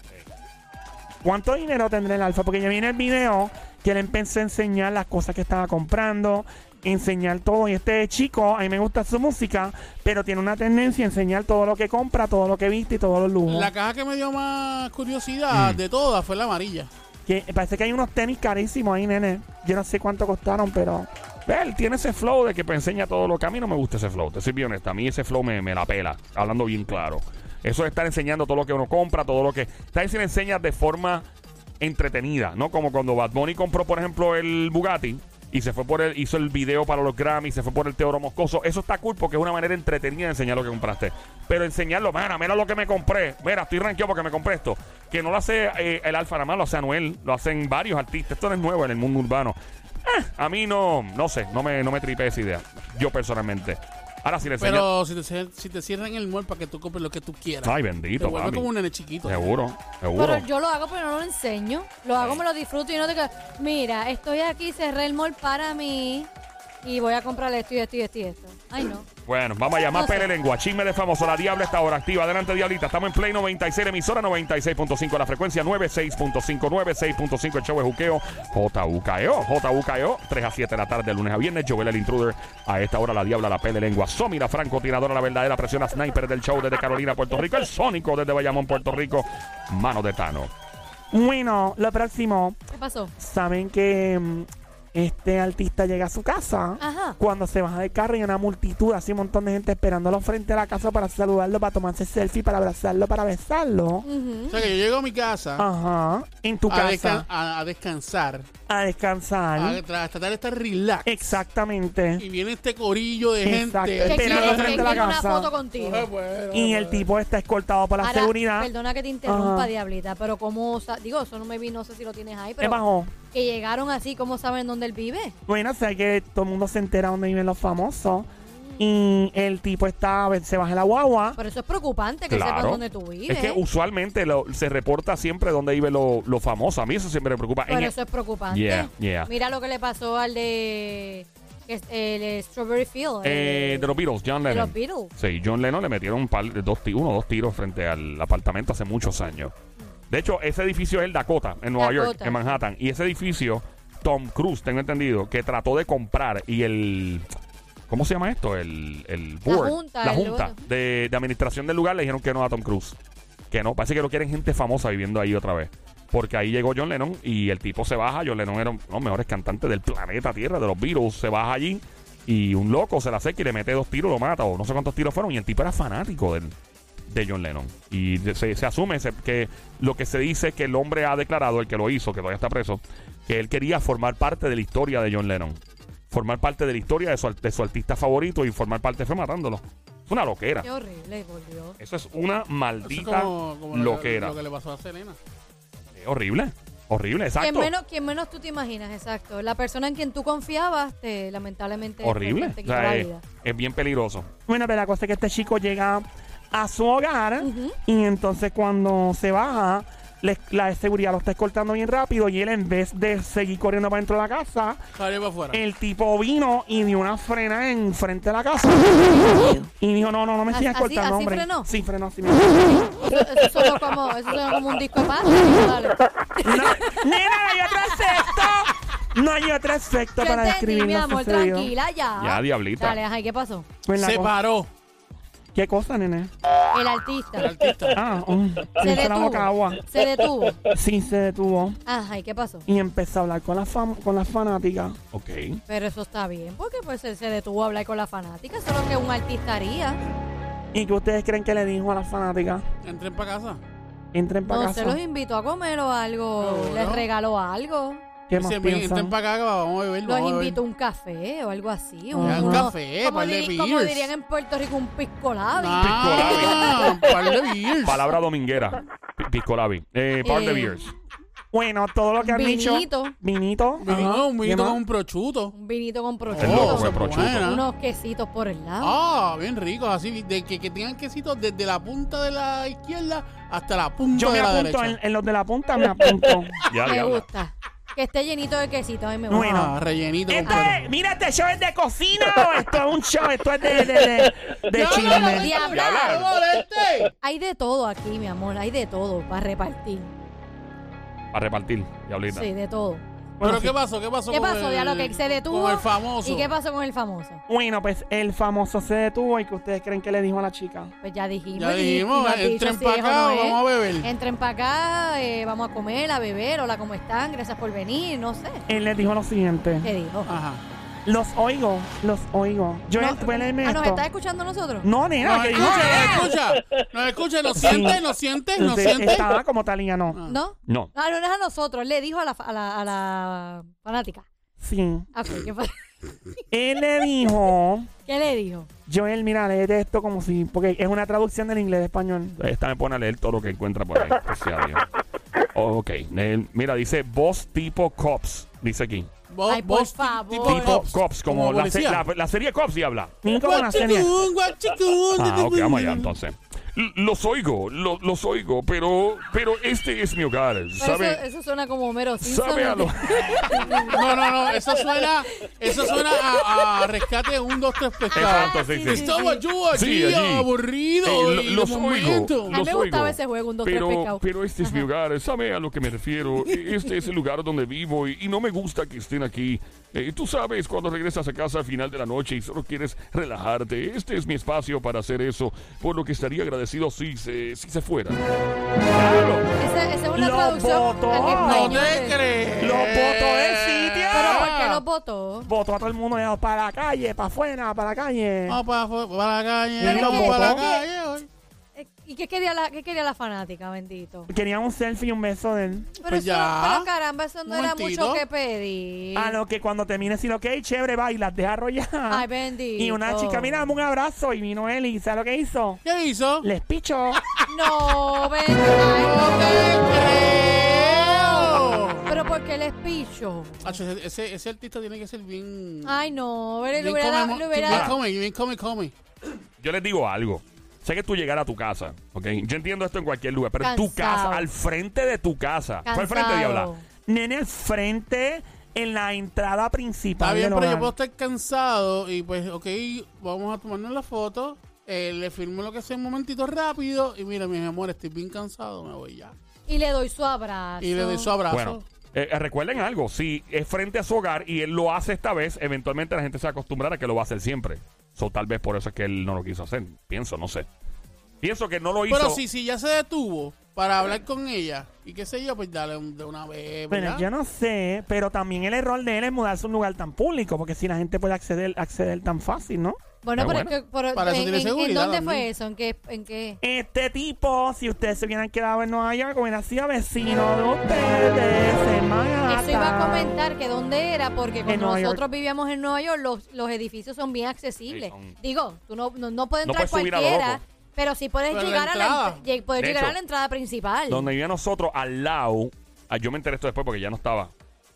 Speaker 1: ¿Cuánto dinero tendrá el alfa? Porque yo vi en el video que le empecé a enseñar las cosas que estaba comprando, enseñar todo. Y este chico, a mí me gusta su música, pero tiene una tendencia a enseñar todo lo que compra, todo lo que viste y todos los lujos.
Speaker 4: La caja que me dio más
Speaker 2: Mm.
Speaker 4: curiosidad de todas fue la amarilla.
Speaker 1: Que parece que hay unos tenis carísimos ahí, nene. Yo no sé cuánto costaron, pero.
Speaker 2: Ve, Él tiene ese flow de que me enseña todo lo que a mí no me gusta ese flow. Te soy bien honesta. A mí ese flow me, me la pela, hablando bien claro. Eso de estar enseñando todo lo que uno compra, todo lo que. Está diciendo enseñas de forma entretenida, ¿no? Como cuando Bad Bunny compró, por ejemplo, el Bugatti y se fue por el. hizo el video para los Grammy, se fue por el Teoro Moscoso. Eso está cool porque es una manera entretenida de enseñar lo que compraste. Pero enseñarlo, mira, mira lo que me compré. Mira, estoy rankeado porque me compré esto. Que no lo hace eh, el Alfa nada más, lo hace Anuel, lo hacen varios artistas. Esto no es nuevo en el mundo urbano. Eh, a mí no, no sé, no me, no me tripe esa idea. Yo personalmente. Ahora sí le enseño.
Speaker 4: Pero si te, cier- si te cierran el mall para que tú compres lo que tú quieras.
Speaker 2: Ay,
Speaker 4: te
Speaker 2: bendito,
Speaker 4: vuelve
Speaker 2: papi.
Speaker 4: como un nene chiquito.
Speaker 2: Seguro, seguro.
Speaker 3: Pero yo lo hago, pero no lo enseño. Lo hago, me lo disfruto y no te quedo. Mira, estoy aquí, cerré el mall para mí y voy a comprarle esto y esto y esto y esto. Ay, no.
Speaker 2: Bueno, vamos allá. Más
Speaker 3: No sé.
Speaker 2: pele lengua. Chisme de famoso. La Diabla está ahora activa. Adelante, Diablita. Estamos en Play 96, emisora 96.5. La frecuencia 96.5, 96.5. El show de juqueo. JUKEO. JUKEO. 3 E a 7 de la tarde, de lunes a viernes. Joel el intruder. A esta hora, la Diabla, la pele lengua. Somi, la francotiradora, la verdadera presión a sniper del show desde Carolina, Puerto Rico. El Sónico desde Bayamón, Puerto Rico. Mano de Tano.
Speaker 1: Bueno, lo próximo.
Speaker 3: ¿Qué pasó?
Speaker 1: Saben que mm, este artista llega a su casa.
Speaker 3: Ajá.
Speaker 1: Cuando se baja del carro y hay una multitud, así un montón de gente esperándolo frente a la casa para saludarlo, para tomarse selfie, para abrazarlo, para besarlo.
Speaker 4: O sea que yo llego a mi
Speaker 2: Ah,
Speaker 4: casa,
Speaker 1: Ajá. En tu
Speaker 4: a, desca-
Speaker 1: casa.
Speaker 4: a- a descansar,
Speaker 1: A descansar.
Speaker 4: a tra- tratar de estar relax.
Speaker 1: Exactamente.
Speaker 4: Y viene este corillo de
Speaker 1: Eh, Exacto.
Speaker 3: Que
Speaker 4: gente.
Speaker 1: Esperando
Speaker 3: quiere,
Speaker 1: frente
Speaker 3: que
Speaker 1: a la
Speaker 3: quiere una
Speaker 1: casa.
Speaker 3: foto contigo.
Speaker 4: Ah, bueno,
Speaker 1: Y el tipo está escoltado por la
Speaker 3: Ahora,
Speaker 1: seguridad.
Speaker 3: Perdona que te interrumpa,
Speaker 1: Ajá.
Speaker 3: Diablita, pero cómo. sa- Digo, eso no me vi, no sé si lo tienes ahí,
Speaker 1: ¿Qué
Speaker 3: pero.
Speaker 1: bajó?
Speaker 3: Que llegaron así, ¿cómo saben dónde él vive?
Speaker 1: Bueno, sé que todo el mundo se entera dónde viven los famosos. Y el tipo está, se baja la guagua.
Speaker 3: Pero eso es preocupante que sepan dónde tú vives.
Speaker 2: Es que usualmente lo- se reporta siempre dónde vive lo, lo famoso. A mí eso siempre me preocupa. En
Speaker 3: Pero
Speaker 2: el-
Speaker 3: eso es preocupante.
Speaker 2: Yeah, yeah.
Speaker 3: Mira lo que le pasó al de. que es- El Strawberry Field.
Speaker 2: Eh,
Speaker 3: el-
Speaker 2: de los Beatles, John Lennon.
Speaker 3: los Beatles.
Speaker 2: Sí, John Lennon le metieron un par, dos, ti- uno o dos tiros frente al apartamento hace muchos años. De hecho, ese edificio es el Dakota, en Nueva
Speaker 3: Mm. Dakota.
Speaker 2: York, en Manhattan. Y ese edificio, Tom Cruise, tengo entendido, que trató de comprar y el... ¿Cómo se llama esto? El, el
Speaker 3: La
Speaker 2: board.
Speaker 3: junta,
Speaker 2: la
Speaker 3: el-
Speaker 2: junta de, de administración del lugar le dijeron que no a Tom Cruise. Que no, parece que lo quieren gente famosa viviendo ahí otra vez. Porque ahí llegó John Lennon y el tipo se baja. John Lennon era uno de los mejores cantantes del planeta Tierra, de los Beatles. Se baja allí y un loco se la seca y le mete dos tiros, lo mata o no sé cuántos tiros fueron. Y el tipo era fanático del, de John Lennon. Y de- se, se asume se- que lo que se dice es que el hombre ha declarado, el que lo hizo, que todavía está preso, que él quería formar parte de la historia de John Lennon. Formar parte de la historia de su, ar- de su artista favorito y formar parte fue matándolo. Es una loquera.
Speaker 3: Qué horrible, por Dios.
Speaker 2: Eso es una
Speaker 4: Eso es
Speaker 2: maldita
Speaker 4: como, como lo, que,
Speaker 2: loquera.
Speaker 4: lo que le pasó a Selena.
Speaker 2: Eh, horrible. Horrible,
Speaker 3: Quien
Speaker 2: exacto.
Speaker 3: menos, quien menos tú te imaginas, exacto. La persona en quien tú confiabas, te, lamentablemente.
Speaker 2: Horrible.
Speaker 3: Te
Speaker 2: O
Speaker 3: quitó
Speaker 2: sea,
Speaker 3: la
Speaker 2: eh,
Speaker 3: vida.
Speaker 2: es bien peligroso.
Speaker 1: Bueno, pero la cosa es que este chico llega a su hogar
Speaker 3: Ujú.
Speaker 1: y entonces cuando se baja, le- la seguridad lo está escoltando bien rápido y él en vez de seguir corriendo para dentro de la casa,
Speaker 4: Salió para afuera.
Speaker 1: el tipo vino y dio una frena en frente de la casa. Y dijo, no, no, no me sigas
Speaker 3: ¿Así-
Speaker 1: escoltando,
Speaker 3: así
Speaker 1: hombre.
Speaker 3: frenó?
Speaker 1: Sí, frenó así. mismo.
Speaker 3: Eso, eso sonó como, eso sonó como un disco de paz. Dale.
Speaker 1: Nena, no hay otro efecto. No hay otro efecto
Speaker 3: Yo
Speaker 1: para
Speaker 3: entendí,
Speaker 1: describir
Speaker 3: mi
Speaker 1: lo
Speaker 3: amor,
Speaker 1: sucedido.
Speaker 3: tranquila ya.
Speaker 2: Ya, diablita.
Speaker 3: Dale, ajá, ¿y qué pasó?
Speaker 1: Pues la
Speaker 4: se
Speaker 1: cosa-
Speaker 4: paró.
Speaker 1: ¿Qué cosa, nene?
Speaker 3: El artista.
Speaker 4: Artista.
Speaker 1: Ah, mm,
Speaker 3: Se
Speaker 1: me hizo la boca agua.
Speaker 3: detuvo. Se detuvo.
Speaker 1: Sí, se detuvo
Speaker 3: Ajá, ¿y qué pasó?
Speaker 1: y empezó a hablar con las fam- con las fanáticas.
Speaker 2: Ok.
Speaker 3: Pero eso está bien, porque pues él se detuvo a hablar con la fanática, eso es lo que un artista haría.
Speaker 1: ¿Y qué ustedes creen que le dijo a las fanáticas?
Speaker 4: Entren para casa.
Speaker 1: Entren para
Speaker 3: No, se
Speaker 1: casa.
Speaker 3: los invitó a comer o algo,
Speaker 4: No,
Speaker 3: les
Speaker 4: no.
Speaker 3: regaló algo,
Speaker 1: ¿Qué más
Speaker 4: Dicen, ven,
Speaker 1: piensan?
Speaker 4: entren para acá, vamos a beber.
Speaker 3: los
Speaker 4: vamos a beber.
Speaker 3: invitó a un café o algo así.
Speaker 1: Ah, un
Speaker 4: café,
Speaker 3: como,
Speaker 4: par de
Speaker 3: diri- como
Speaker 4: beers.
Speaker 3: dirían en Puerto Rico, un piscolado.
Speaker 4: Ah, un par de beers.
Speaker 2: Palabra dominguera. Pi- Piscolabi. Eh, par de
Speaker 3: Eh.
Speaker 2: beers.
Speaker 1: Bueno, todo lo que han dicho.
Speaker 3: vinito,
Speaker 1: Vinito.
Speaker 4: Ah,
Speaker 1: ajá.
Speaker 4: un
Speaker 1: ¿Qué
Speaker 4: vinito
Speaker 1: más?
Speaker 4: con un prochuto.
Speaker 3: un vinito con
Speaker 2: El loco
Speaker 3: prosciutto,
Speaker 2: fue
Speaker 4: Oh,
Speaker 2: prochuto.
Speaker 4: buena.
Speaker 3: unos quesitos por el lado.
Speaker 4: Ah, bien ricos, así, de que, que tengan quesito desde la punta de la izquierda hasta la punta
Speaker 1: Yo
Speaker 4: de
Speaker 1: me
Speaker 4: la
Speaker 1: apunto,
Speaker 4: derecha.
Speaker 1: en, en los de la punta me apunto.
Speaker 2: Ya,
Speaker 3: me
Speaker 2: diabla.
Speaker 3: gusta. Que esté llenito de quesito, a mí me gusta.
Speaker 1: Bueno.
Speaker 4: Ah, rellenito
Speaker 1: Esto
Speaker 4: completo.
Speaker 1: es, mira, este show es de cocina o esto es un show, esto es de, de, de, de chisme.
Speaker 3: Diabla,
Speaker 4: ¡No moleste!
Speaker 3: hay de todo aquí, mi amor, hay de todo para repartir.
Speaker 2: A repartir, diablita.
Speaker 3: Sí, de todo.
Speaker 1: Bueno,
Speaker 4: ¿Pero qué pasó? ¿Qué pasó
Speaker 3: ¿Qué
Speaker 4: con
Speaker 3: pasó?
Speaker 4: el-
Speaker 3: Ya lo que se detuvo.
Speaker 4: Con el famoso.
Speaker 3: ¿Y qué pasó con el famoso?
Speaker 1: Bueno, pues el famoso se detuvo y que ustedes creen que le dijo a la chica.
Speaker 3: Pues ya dijimos.
Speaker 4: Ya
Speaker 3: y- y
Speaker 4: dijimos,
Speaker 3: no has dicho
Speaker 4: entren
Speaker 3: si
Speaker 4: para
Speaker 3: es o
Speaker 4: acá
Speaker 3: no
Speaker 4: o
Speaker 3: es.
Speaker 4: vamos a beber.
Speaker 3: Entren para acá, eh, vamos a comer, a beber, hola, ¿cómo están? Gracias por venir, no sé.
Speaker 1: Él les dijo lo siguiente.
Speaker 3: ¿Qué dijo?
Speaker 1: Ah,
Speaker 4: Ajá.
Speaker 1: Los oigo, los oigo. Yo
Speaker 3: No,
Speaker 1: no,
Speaker 3: ah, ¿Nos está escuchando nosotros?
Speaker 1: No, nena,
Speaker 4: Nos
Speaker 1: que
Speaker 4: escucha, nos escucha, nos escucha, nos siente, nos siente, nos
Speaker 1: Usted
Speaker 4: siente.
Speaker 1: Estaba como talía, no.
Speaker 4: Ah.
Speaker 3: ¿No?
Speaker 2: No.
Speaker 3: Ah, no, no es a nosotros, le dijo a la, fa- a la, a la fanática.
Speaker 1: Sí.
Speaker 3: Ah, ok, ¿qué, fa-
Speaker 1: Él le dijo,
Speaker 3: ¿Qué le dijo?
Speaker 1: Joel, mira, léete esto como si, porque es una traducción del inglés a español.
Speaker 2: Esta me pone a leer todo lo que encuentra por ahí. que sea Dios. ok. Eh, mira, dice voz tipo cops. Dice aquí.
Speaker 4: Vos,
Speaker 3: Ay, por
Speaker 4: vos ti-
Speaker 3: favor.
Speaker 2: Tipo cops,
Speaker 4: cops,
Speaker 2: como, la, se-
Speaker 4: policía.
Speaker 2: la, la serie cops y habla.
Speaker 1: Ni como una serie.
Speaker 4: Guachicún, guachicún.
Speaker 2: Ah, ok, vamos allá entonces. L- Los oigo, lo- los oigo, pero pero este es mi hogar,
Speaker 3: Pero
Speaker 2: ¿sabe?
Speaker 3: Pues eso, eso suena como Homero Simpson.
Speaker 2: ¿Sabe a eh, lo-
Speaker 4: No, no, no, eso suena, eso suena a, a rescate de un, dos, tres
Speaker 2: Exacto,
Speaker 4: pescados.
Speaker 2: sí, Ah, sí.
Speaker 4: Estaba yo allí,
Speaker 2: Sí, allí.
Speaker 4: aburrido.
Speaker 2: Eh, lo-
Speaker 4: y de
Speaker 2: los oigo,
Speaker 4: momento-
Speaker 3: A mí me
Speaker 2: Los
Speaker 3: gustaba
Speaker 2: oigo.
Speaker 3: ese juego, un dos, tres
Speaker 2: Pero,
Speaker 3: pescado.
Speaker 2: pero este es mi hogar, ¿sabe a lo que me refiero? E- Este es el lugar donde vivo y, y no me gusta que estén aquí. Eh, tú sabes, cuando regresas a casa al final de la noche y solo quieres relajarte, este es mi espacio para hacer eso, por lo que estaría agradecido si se, si se fuera. Claro.
Speaker 3: Ese- Esa es una
Speaker 1: Lo
Speaker 3: traducción
Speaker 1: votó.
Speaker 3: al
Speaker 4: No
Speaker 3: español.
Speaker 4: te crees.
Speaker 1: Los votos del sitio.
Speaker 3: Pero ¿por qué los votó?
Speaker 1: Votó a todo el mundo ya, para la calle, para afuera, para la calle.
Speaker 4: Vamos para, afu- para la calle,
Speaker 3: Pero
Speaker 4: vamos
Speaker 3: es que-
Speaker 4: para la
Speaker 3: es que-
Speaker 4: calle. hoy.
Speaker 3: Eh, ¿Y qué quería la, qué quería la fanática, bendito?
Speaker 1: Quería un selfie y un beso de él.
Speaker 3: Pero,
Speaker 4: Pues
Speaker 3: eso,
Speaker 4: ya.
Speaker 3: pero caramba, eso no
Speaker 4: Un
Speaker 3: era
Speaker 4: momentito.
Speaker 3: mucho que pedir.
Speaker 1: A lo que cuando termine, si lo que hay, chévere, va y las deja arrollar.
Speaker 3: Ay, bendito.
Speaker 1: y una chica, mira, dame un abrazo. Y vino él y ¿sabes lo que hizo?
Speaker 4: ¿Qué hizo?
Speaker 1: Les pichó.
Speaker 3: No, bendito.
Speaker 4: No te creo.
Speaker 3: Pero porque él es picho.
Speaker 4: Acho, ese- ese, ese artista tiene que ser bien.
Speaker 3: Ay, no, él le
Speaker 4: bien
Speaker 3: Ah, hubiera dado.
Speaker 4: come-
Speaker 3: le
Speaker 4: bien
Speaker 3: hubiera-
Speaker 4: come, bien come, come.
Speaker 2: Yo les digo algo. Sé que tú llegar a tu casa, ¿ok? Yo entiendo esto en cualquier lugar, pero en tu
Speaker 3: Cansado.
Speaker 2: casa, al frente de tu casa. Fue al frente,
Speaker 3: Cansado.
Speaker 2: Diabla.
Speaker 1: Nene al frente, en la entrada principal.
Speaker 4: Está bien,
Speaker 1: del
Speaker 4: pero yo
Speaker 1: hogar.
Speaker 4: puedo estar cansado y pues, ok, vamos a tomarnos la foto. eh, le firmo lo que sea un momentito rápido y mira, mis amores, estoy bien cansado, me voy ya.
Speaker 3: Y le doy su abrazo.
Speaker 4: Y le doy su abrazo.
Speaker 2: Bueno, eh, eh, recuerden algo, si es frente a su hogar y él lo hace esta vez, eventualmente la gente se acostumbrará a que lo va a hacer siempre. So, tal vez por eso es que él no lo quiso hacer. Pienso, no sé. Pienso que no lo hizo.
Speaker 4: pero si, si ya se detuvo para hablar con ella y qué sé yo, pues dale un- de una vez.
Speaker 1: Bueno,
Speaker 4: ¿verdad?
Speaker 1: yo no sé, pero también el error de él es mudarse a un lugar tan público, porque si la gente puede acceder, acceder tan fácil, ¿no?
Speaker 3: Bueno,
Speaker 2: Ah,
Speaker 3: pero,
Speaker 2: bueno.
Speaker 3: es que- pero
Speaker 4: Para eso
Speaker 3: ¿en,
Speaker 4: tiene
Speaker 3: en- en
Speaker 4: seguridad
Speaker 3: dónde fue
Speaker 4: también.
Speaker 3: eso? ¿En qué? ¿En qué?
Speaker 1: Este tipo, si ustedes se hubieran quedado en Nueva York, hubiera sido vecino de ustedes en Manhattan.
Speaker 2: Ah,
Speaker 3: Eso iba a comentar que dónde era, porque cuando
Speaker 1: Nueva York.
Speaker 3: nosotros vivíamos en Nueva York, los, los edificios son bien accesibles.
Speaker 2: Sí, son-
Speaker 3: Digo, tú no, no, no puede
Speaker 2: No
Speaker 3: entrar
Speaker 2: puedes subir a lo
Speaker 3: cualquiera,
Speaker 2: loco.
Speaker 3: pero sí puedes
Speaker 4: Pero la
Speaker 3: llegar, a la,
Speaker 4: entrada.
Speaker 3: ent- lleg- puedes
Speaker 2: De
Speaker 3: llegar
Speaker 2: hecho,
Speaker 3: a la entrada principal.
Speaker 2: Donde vivíamos nosotros, al lado, ah, yo me enteré esto después porque ya no estaba.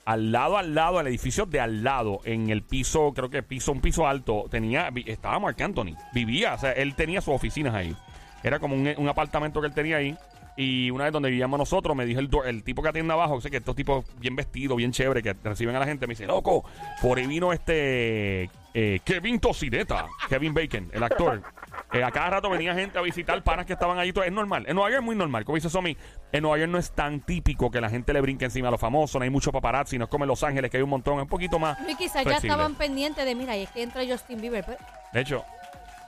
Speaker 2: Al lado, al lado, al edificio de al lado, en el piso, creo que piso, un piso alto, tenía, vi- estaba Mark Anthony. Vivía, o sea, él tenía sus oficinas ahí. Era como un, un apartamento que él tenía ahí. Y una vez donde vivíamos nosotros, me dijo el, do- el tipo que atiende abajo, o sea, que estos tipos bien vestidos, bien chévere, que reciben a la gente, me dice, loco, por ahí vino este eh, Kevin Tocineta, Kevin Bacon, el actor. Eh, a cada rato venía gente a visitar panas que estaban ahí. todo- Es normal. En Nueva York es muy normal. Como dice Somi, en Nueva York no es tan típico que la gente le brinque encima a los famosos. No hay mucho paparazzi. No es como en Los Ángeles, que hay un montón. Es un poquito más.
Speaker 3: y quizás ya
Speaker 2: flexible.
Speaker 3: estaban pendientes de, mira, y es que entra Justin Bieber. Pero,
Speaker 2: De hecho,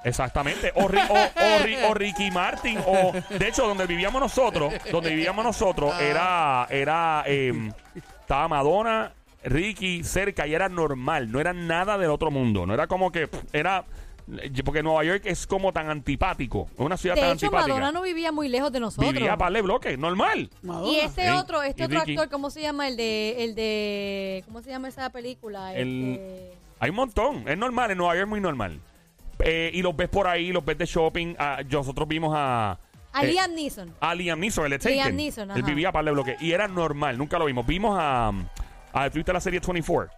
Speaker 2: Exactamente. O, Ri- o- o Ri- o Ricky Martin. O, de hecho, donde vivíamos nosotros, donde vivíamos nosotros,
Speaker 3: Ah.
Speaker 2: era, era, em, estaba Madonna, Ricky cerca y era normal. No era nada del otro mundo. No era como que pff, era porque Nueva York es como tan antipático. Es una ciudad tan
Speaker 3: De hecho,
Speaker 2: antipática.
Speaker 3: Madonna no vivía muy lejos de nosotros.
Speaker 2: Vivía para de bloques, normal.
Speaker 3: Y este
Speaker 2: Sí.
Speaker 3: otro, este
Speaker 2: Y
Speaker 3: otro
Speaker 2: Ricky.
Speaker 3: actor, ¿cómo se llama? El de, el de, ¿cómo se llama esa película?
Speaker 2: El- eh,
Speaker 3: Este-
Speaker 2: Hay un montón. Es normal, en Nueva York es muy normal. Eh, y los ves por ahí, los ves de shopping. Ah, nosotros vimos a.
Speaker 3: a
Speaker 2: eh,
Speaker 3: Liam Neeson. Ah,
Speaker 2: A Liam Neeson, el Taken.
Speaker 3: Liam Neeson,
Speaker 2: Él
Speaker 3: ajá.
Speaker 2: vivía para el bloque. Y era normal, nunca lo vimos. Vimos a. a ¿Tuviste la serie 24?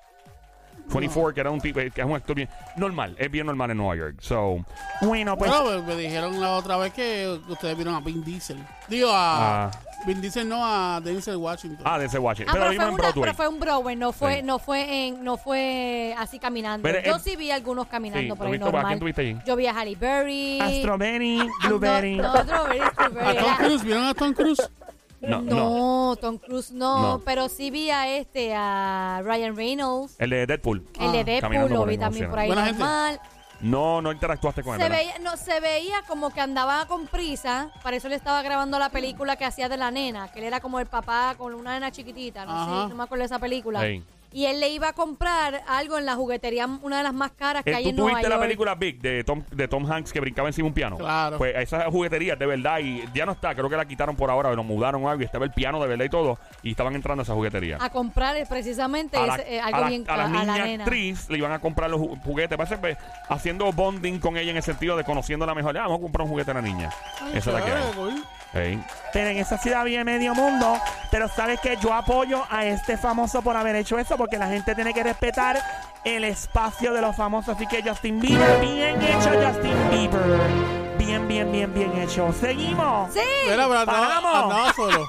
Speaker 2: 24, que era un tipo, que es un actor bien. Normal, es bien normal en Nueva York. So,
Speaker 1: Bueno, pues
Speaker 4: Bueno, me, me dijeron la otra vez que ustedes vieron a Vin Diesel. Digo, a.
Speaker 2: Ah.
Speaker 4: Vin Diesel no, a Denzel Washington.
Speaker 2: ah, de ese watch.
Speaker 3: Ah,
Speaker 2: pero
Speaker 3: pero,
Speaker 2: lo vimos en
Speaker 3: fue una,
Speaker 2: Broadway.
Speaker 3: pero fue un Broadway, no fue,
Speaker 2: Sí.
Speaker 3: no fue en, no fue así caminando.
Speaker 2: Pero
Speaker 3: Yo
Speaker 2: es-
Speaker 3: sí vi algunos caminando
Speaker 2: Sí,
Speaker 3: por
Speaker 2: ¿lo
Speaker 3: ahí
Speaker 2: viste? ¿A
Speaker 3: normal.
Speaker 2: quién tuviste allí?
Speaker 3: Yo vi a Halle Berry. Ah,
Speaker 1: Astroberry, Blueberry.
Speaker 3: No, no, Strawberry,
Speaker 4: a
Speaker 3: Strawberry.
Speaker 4: Tom
Speaker 3: Era-
Speaker 4: Cruise, ¿vieron a Tom Cruise?
Speaker 2: No, no.
Speaker 3: No, Tom Cruise no,
Speaker 2: No.
Speaker 3: pero sí vi a este, a Ryan Reynolds,
Speaker 2: El de Deadpool.
Speaker 3: el de
Speaker 2: Caminando
Speaker 3: Deadpool, lo
Speaker 2: por ahí,
Speaker 3: vi
Speaker 2: como
Speaker 3: también
Speaker 2: sea.
Speaker 3: por ahí
Speaker 4: Buena gente.
Speaker 3: normal.
Speaker 2: No, no interactuaste con él.
Speaker 3: Se
Speaker 2: ¿verdad?
Speaker 3: veía, no, se veía como que andaba con prisa, para eso le estaba grabando la película que hacía de la nena, que él era como el papá con una nena chiquitita, no
Speaker 4: Ajá.
Speaker 3: sé, no me acuerdo de esa película.
Speaker 2: Ey.
Speaker 3: Y él le iba a comprar algo en la juguetería, una de las más caras que
Speaker 2: Eh,
Speaker 3: hay
Speaker 2: ¿Tú
Speaker 3: en Nueva
Speaker 2: tuviste la
Speaker 3: York.
Speaker 2: película Big de Tom, de Tom Hanks que brincaba encima de un piano?
Speaker 4: Claro.
Speaker 2: Pues esa juguetería de verdad y ya no está, creo que la quitaron por ahora, lo mudaron o algo y estaba el piano de verdad y todo y estaban entrando a esa juguetería.
Speaker 3: A comprar eh, precisamente
Speaker 2: a la,
Speaker 3: ese, eh,
Speaker 2: a
Speaker 3: algo
Speaker 2: la-
Speaker 3: bien
Speaker 2: a la
Speaker 3: ca-
Speaker 2: niña
Speaker 3: a la nena.
Speaker 2: actriz le iban a comprar los ju- juguetes. Parece que haciendo bonding con ella en el sentido de conociéndola mejor. Ah, vamos a comprar un juguete a la niña. Esa es la que hay. Ey.
Speaker 1: Pero en esa ciudad vive medio mundo. Pero sabes que yo apoyo a este famoso por haber hecho eso, porque la gente tiene que respetar el espacio de los famosos. Así que Justin Bieber, bien hecho Justin Bieber. Bien, bien, bien, bien hecho. Seguimos.
Speaker 3: Sí,
Speaker 4: Mira, pero andaba,
Speaker 1: Paramos.
Speaker 4: andaba solo.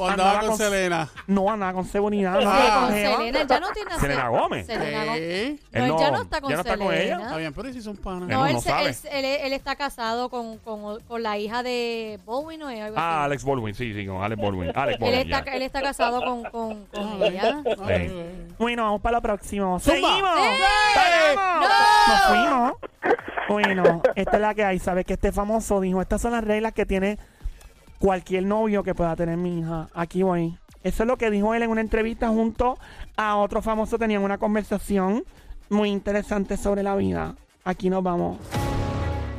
Speaker 4: O andaba,
Speaker 1: Andaba
Speaker 4: con,
Speaker 1: con-
Speaker 4: Selena.
Speaker 1: No andaba con seguridad.
Speaker 4: Ah.
Speaker 3: Sí,
Speaker 1: andaba
Speaker 3: con
Speaker 1: con Jeva.
Speaker 3: Selena, él ya no tiene
Speaker 2: Selena
Speaker 3: acento.
Speaker 2: Gómez.
Speaker 3: Selena Gómez.
Speaker 4: Eh,
Speaker 3: No, él ya no está con
Speaker 2: ya no está con
Speaker 3: Selena.
Speaker 2: ella.
Speaker 4: Está bien, pero si son panas.
Speaker 2: No,
Speaker 3: No, él,
Speaker 2: no
Speaker 3: se-
Speaker 2: sabe.
Speaker 3: él, él- él está casado con, con, con la hija de Bowen, ¿no es algo
Speaker 2: Ah,
Speaker 3: así?
Speaker 2: Alex Baldwin, sí, sí, con Alex Baldwin. Alex
Speaker 3: Él
Speaker 2: Baldwin,
Speaker 3: está,
Speaker 2: ya.
Speaker 3: él está casado con, con, con
Speaker 1: Ah,
Speaker 3: ella.
Speaker 2: Ey.
Speaker 1: Bueno, vamos para lo próximo.
Speaker 4: Zumba.
Speaker 1: Seguimos.
Speaker 3: ¡Sí!
Speaker 1: ¡Paramos!
Speaker 3: ¡No!
Speaker 1: Nos fuimos. Bueno, esta es la que hay. Sabes que este famoso dijo, estas son las reglas que tiene cualquier novio que pueda tener mi hija. Aquí voy. Eso es lo que dijo él en una entrevista junto a otro famoso. Tenían una conversación muy interesante sobre la vida. Aquí nos vamos.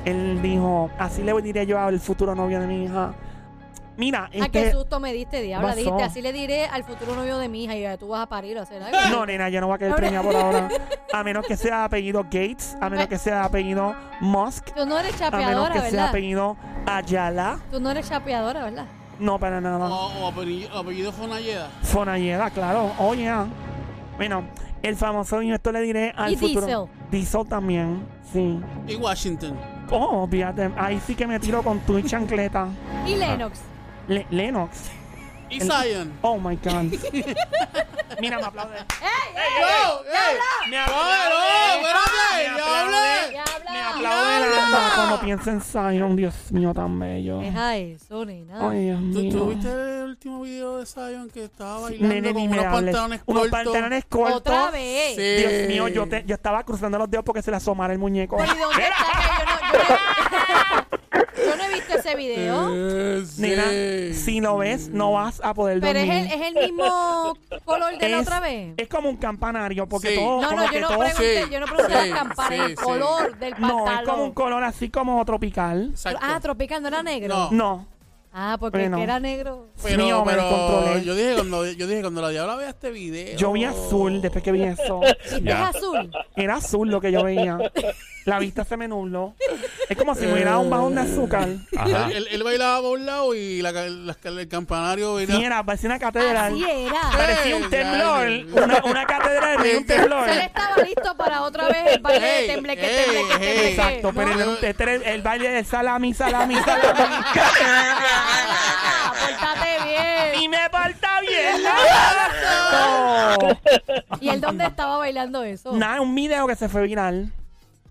Speaker 1: Él dijo, así le diré yo al futuro novio de mi hija. Mira,
Speaker 3: ¿A qué
Speaker 1: este...
Speaker 3: susto me diste, diabla?
Speaker 1: pasó?
Speaker 3: Dijiste, así le diré al futuro novio de mi hija y tú vas a parir o hacer algo.
Speaker 1: No, nena, yo no voy a querer premiar por ahora. A menos que sea apellido Gates, a menos que sea apellido Musk,
Speaker 3: Tú no eres
Speaker 1: a menos
Speaker 3: chapeadora,
Speaker 1: que sea
Speaker 3: ¿verdad?
Speaker 1: apellido Ayala.
Speaker 3: Tú no eres chapeadora, ¿verdad?
Speaker 1: No, para
Speaker 3: Oh.
Speaker 1: nada.
Speaker 4: O, o apellido, apellido Fonalleda.
Speaker 1: Fonayeda, claro. Oye. Bueno, el famoso niño, esto le diré al
Speaker 3: Y
Speaker 1: futuro. Diesel. también, sí.
Speaker 4: Y Washington.
Speaker 1: Oh, fíjate, ahí sí que me tiro con tu chancleta.
Speaker 3: Y Lennox.
Speaker 1: Le- Lennox.
Speaker 4: Y Zion.
Speaker 1: Oh my God. Mira, me aplaude.
Speaker 4: ¡Wow! ¡Ey!
Speaker 1: Me
Speaker 4: ¡Ay, no!
Speaker 1: aplaude.
Speaker 4: ¡Espérate!
Speaker 1: Me
Speaker 4: ¡Ya hablé!
Speaker 1: Me
Speaker 3: Diabla.
Speaker 1: aplaude
Speaker 4: ¡Diabla!
Speaker 1: la alma cuando pienso en Zion. Dios mío, tan bello.
Speaker 3: Deja eso, nena.
Speaker 1: Ay, Dios
Speaker 4: ¿Tú,
Speaker 1: mío.
Speaker 4: tú viste el último video de Zion que estaba bailando
Speaker 1: Nene,
Speaker 4: con
Speaker 1: ni me
Speaker 4: unos
Speaker 1: hables.
Speaker 4: pantalones cortos?
Speaker 1: Unos pantalones cortos.
Speaker 3: Otra vez.
Speaker 4: Sí.
Speaker 1: Dios mío, yo, te- yo estaba cruzando los dedos porque se le asomara el muñeco.
Speaker 3: Pero, ¿y dónde está? Que Yo no, yo no- yo no he visto ese video.
Speaker 4: Eh, sí.
Speaker 1: Nena, si lo ves, no vas a poder
Speaker 3: Pero es
Speaker 1: dormir.
Speaker 3: el, es el mismo color de la otra vez.
Speaker 1: es como un campanario porque
Speaker 4: Sí.
Speaker 1: todo,
Speaker 3: No,
Speaker 1: como
Speaker 3: no,
Speaker 1: que
Speaker 3: yo no
Speaker 1: todo-
Speaker 4: pregunto.
Speaker 3: pregunté,
Speaker 4: Sí,
Speaker 3: yo no pregunté
Speaker 4: sí,
Speaker 3: las campanas,
Speaker 4: sí,
Speaker 3: el
Speaker 4: sí.
Speaker 3: color del pantalón.
Speaker 1: no, es como un color así como tropical.
Speaker 4: Exacto.
Speaker 3: Ah, tropical, ¿no era negro?
Speaker 4: No. Pues
Speaker 1: No.
Speaker 3: Ah, porque
Speaker 1: Bueno.
Speaker 3: que era negro.
Speaker 4: pero,
Speaker 1: Mío, me lo
Speaker 4: pero
Speaker 1: controlé.
Speaker 4: yo dije cuando yo dije cuando la diabla vea este video.
Speaker 1: Yo vi azul después que vi eso.
Speaker 3: ¿Viste
Speaker 2: Ya.
Speaker 3: es azul?
Speaker 1: Era azul lo que yo veía. La vista se me nubló. Es como si me hubiera dado un bajón de azúcar.
Speaker 2: Ajá.
Speaker 4: Él, él bailaba por un lado y la, la- el campanario venía.
Speaker 1: Mira, parecía una catedral.
Speaker 3: Así era.
Speaker 1: Parecía un
Speaker 4: Ey,
Speaker 1: temblor.
Speaker 4: dale.
Speaker 1: Una, una catedral de un temblor.
Speaker 3: Él estaba listo para otra vez el baile de
Speaker 4: Ey,
Speaker 3: tembleque,
Speaker 4: ey,
Speaker 3: tembleque,
Speaker 4: ey.
Speaker 3: tembleque.
Speaker 1: Exacto, pero
Speaker 4: No,
Speaker 1: el,
Speaker 4: yo-
Speaker 1: este era el- el baile del salami, salami, salami.
Speaker 3: Ah, pórtate bien.
Speaker 1: y me falta bien. ¿no?
Speaker 3: ¿Y él dónde estaba bailando eso?
Speaker 1: Nada, un video que se fue viral.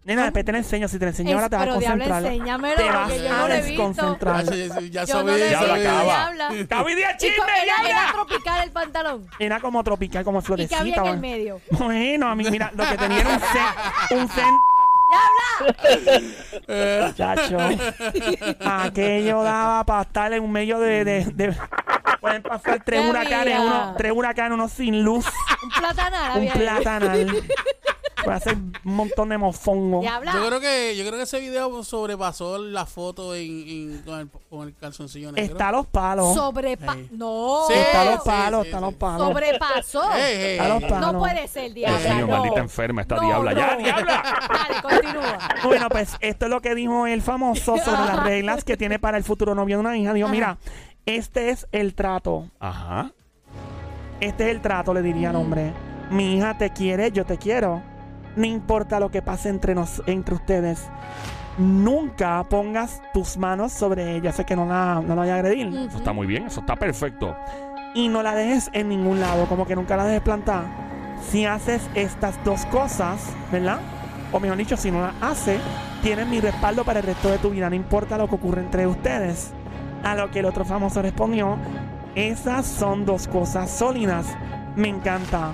Speaker 1: Nena, después te lo enseño. Si te lo enseño
Speaker 3: Es-
Speaker 1: ahora te vas a
Speaker 3: pero diablo,
Speaker 1: concentrar.
Speaker 3: enséñamelo,
Speaker 1: te vas
Speaker 4: porque yo
Speaker 1: a
Speaker 4: no lo he
Speaker 3: visto.
Speaker 1: desconcentrar.
Speaker 4: Ah, sí, sí, ya
Speaker 3: Yo
Speaker 4: sabía,
Speaker 3: no le
Speaker 4: ya
Speaker 2: Diabla
Speaker 4: sabía.
Speaker 2: acaba.
Speaker 3: diabla. Y
Speaker 1: ¡Cabi de chisme,
Speaker 3: co- era, era
Speaker 1: diabla!
Speaker 3: tropical el pantalón.
Speaker 1: Era como tropical, como
Speaker 3: ¿Y qué
Speaker 1: florecita.
Speaker 3: había en el
Speaker 1: bueno.
Speaker 3: medio?
Speaker 1: Bueno, a mí, mira, lo que tenía era un cen, un cen
Speaker 3: ¡Diabla!
Speaker 4: Eh.
Speaker 1: Chacho. Ah, Aquello daba para estar en un medio de. de- de- pueden pasar tres
Speaker 3: Qué
Speaker 1: huracanes,
Speaker 3: vida.
Speaker 1: uno, tres huracanes, uno sin luz,
Speaker 3: Un platanal
Speaker 1: un
Speaker 3: había ahí.
Speaker 1: platanal. Puede hacer un montón de mofongo.
Speaker 3: ¡Diabla!
Speaker 4: Yo creo que, yo creo que ese video sobrepasó la foto en- en- con, el, con el calzoncillo negro.
Speaker 1: Está a los palos.
Speaker 3: Sobrepa...
Speaker 4: Ey.
Speaker 3: ¡No! eh,
Speaker 4: Sí.
Speaker 1: está a los
Speaker 4: Sí,
Speaker 1: palos,
Speaker 4: sí,
Speaker 1: está a
Speaker 4: sí.
Speaker 1: los palos.
Speaker 3: ¡Sobrepasó!
Speaker 4: Ey, ey,
Speaker 1: A los
Speaker 4: ey.
Speaker 1: palos.
Speaker 3: No puede ser, Diabla.
Speaker 2: Dios mío,
Speaker 3: no.
Speaker 2: maldita enferma esta
Speaker 3: No,
Speaker 2: diabla. ¡Ya,
Speaker 3: no.
Speaker 2: diabla!
Speaker 3: Dale, continúa.
Speaker 1: Bueno, pues esto es lo que dijo el famoso sobre las reglas que tiene para el futuro novio de una hija. Dijo, mira, este es el trato.
Speaker 2: Ajá.
Speaker 1: Este es el trato, le diría al hombre. Mi hija te quiere, yo te quiero. No importa lo que pase entre, nos, entre ustedes. Nunca pongas tus manos sobre ella. Sé que no la, no la vaya a agredir.
Speaker 2: Eso está muy bien, eso está perfecto.
Speaker 1: Y no la dejes en ningún lado, como que nunca la dejes plantada. Si haces estas dos cosas, ¿verdad? O mejor dicho, si no las haces, tienes mi respaldo para el resto de tu vida. No importa lo que ocurra entre ustedes. A lo que el otro famoso respondió, esas son dos cosas sólidas. Me encanta.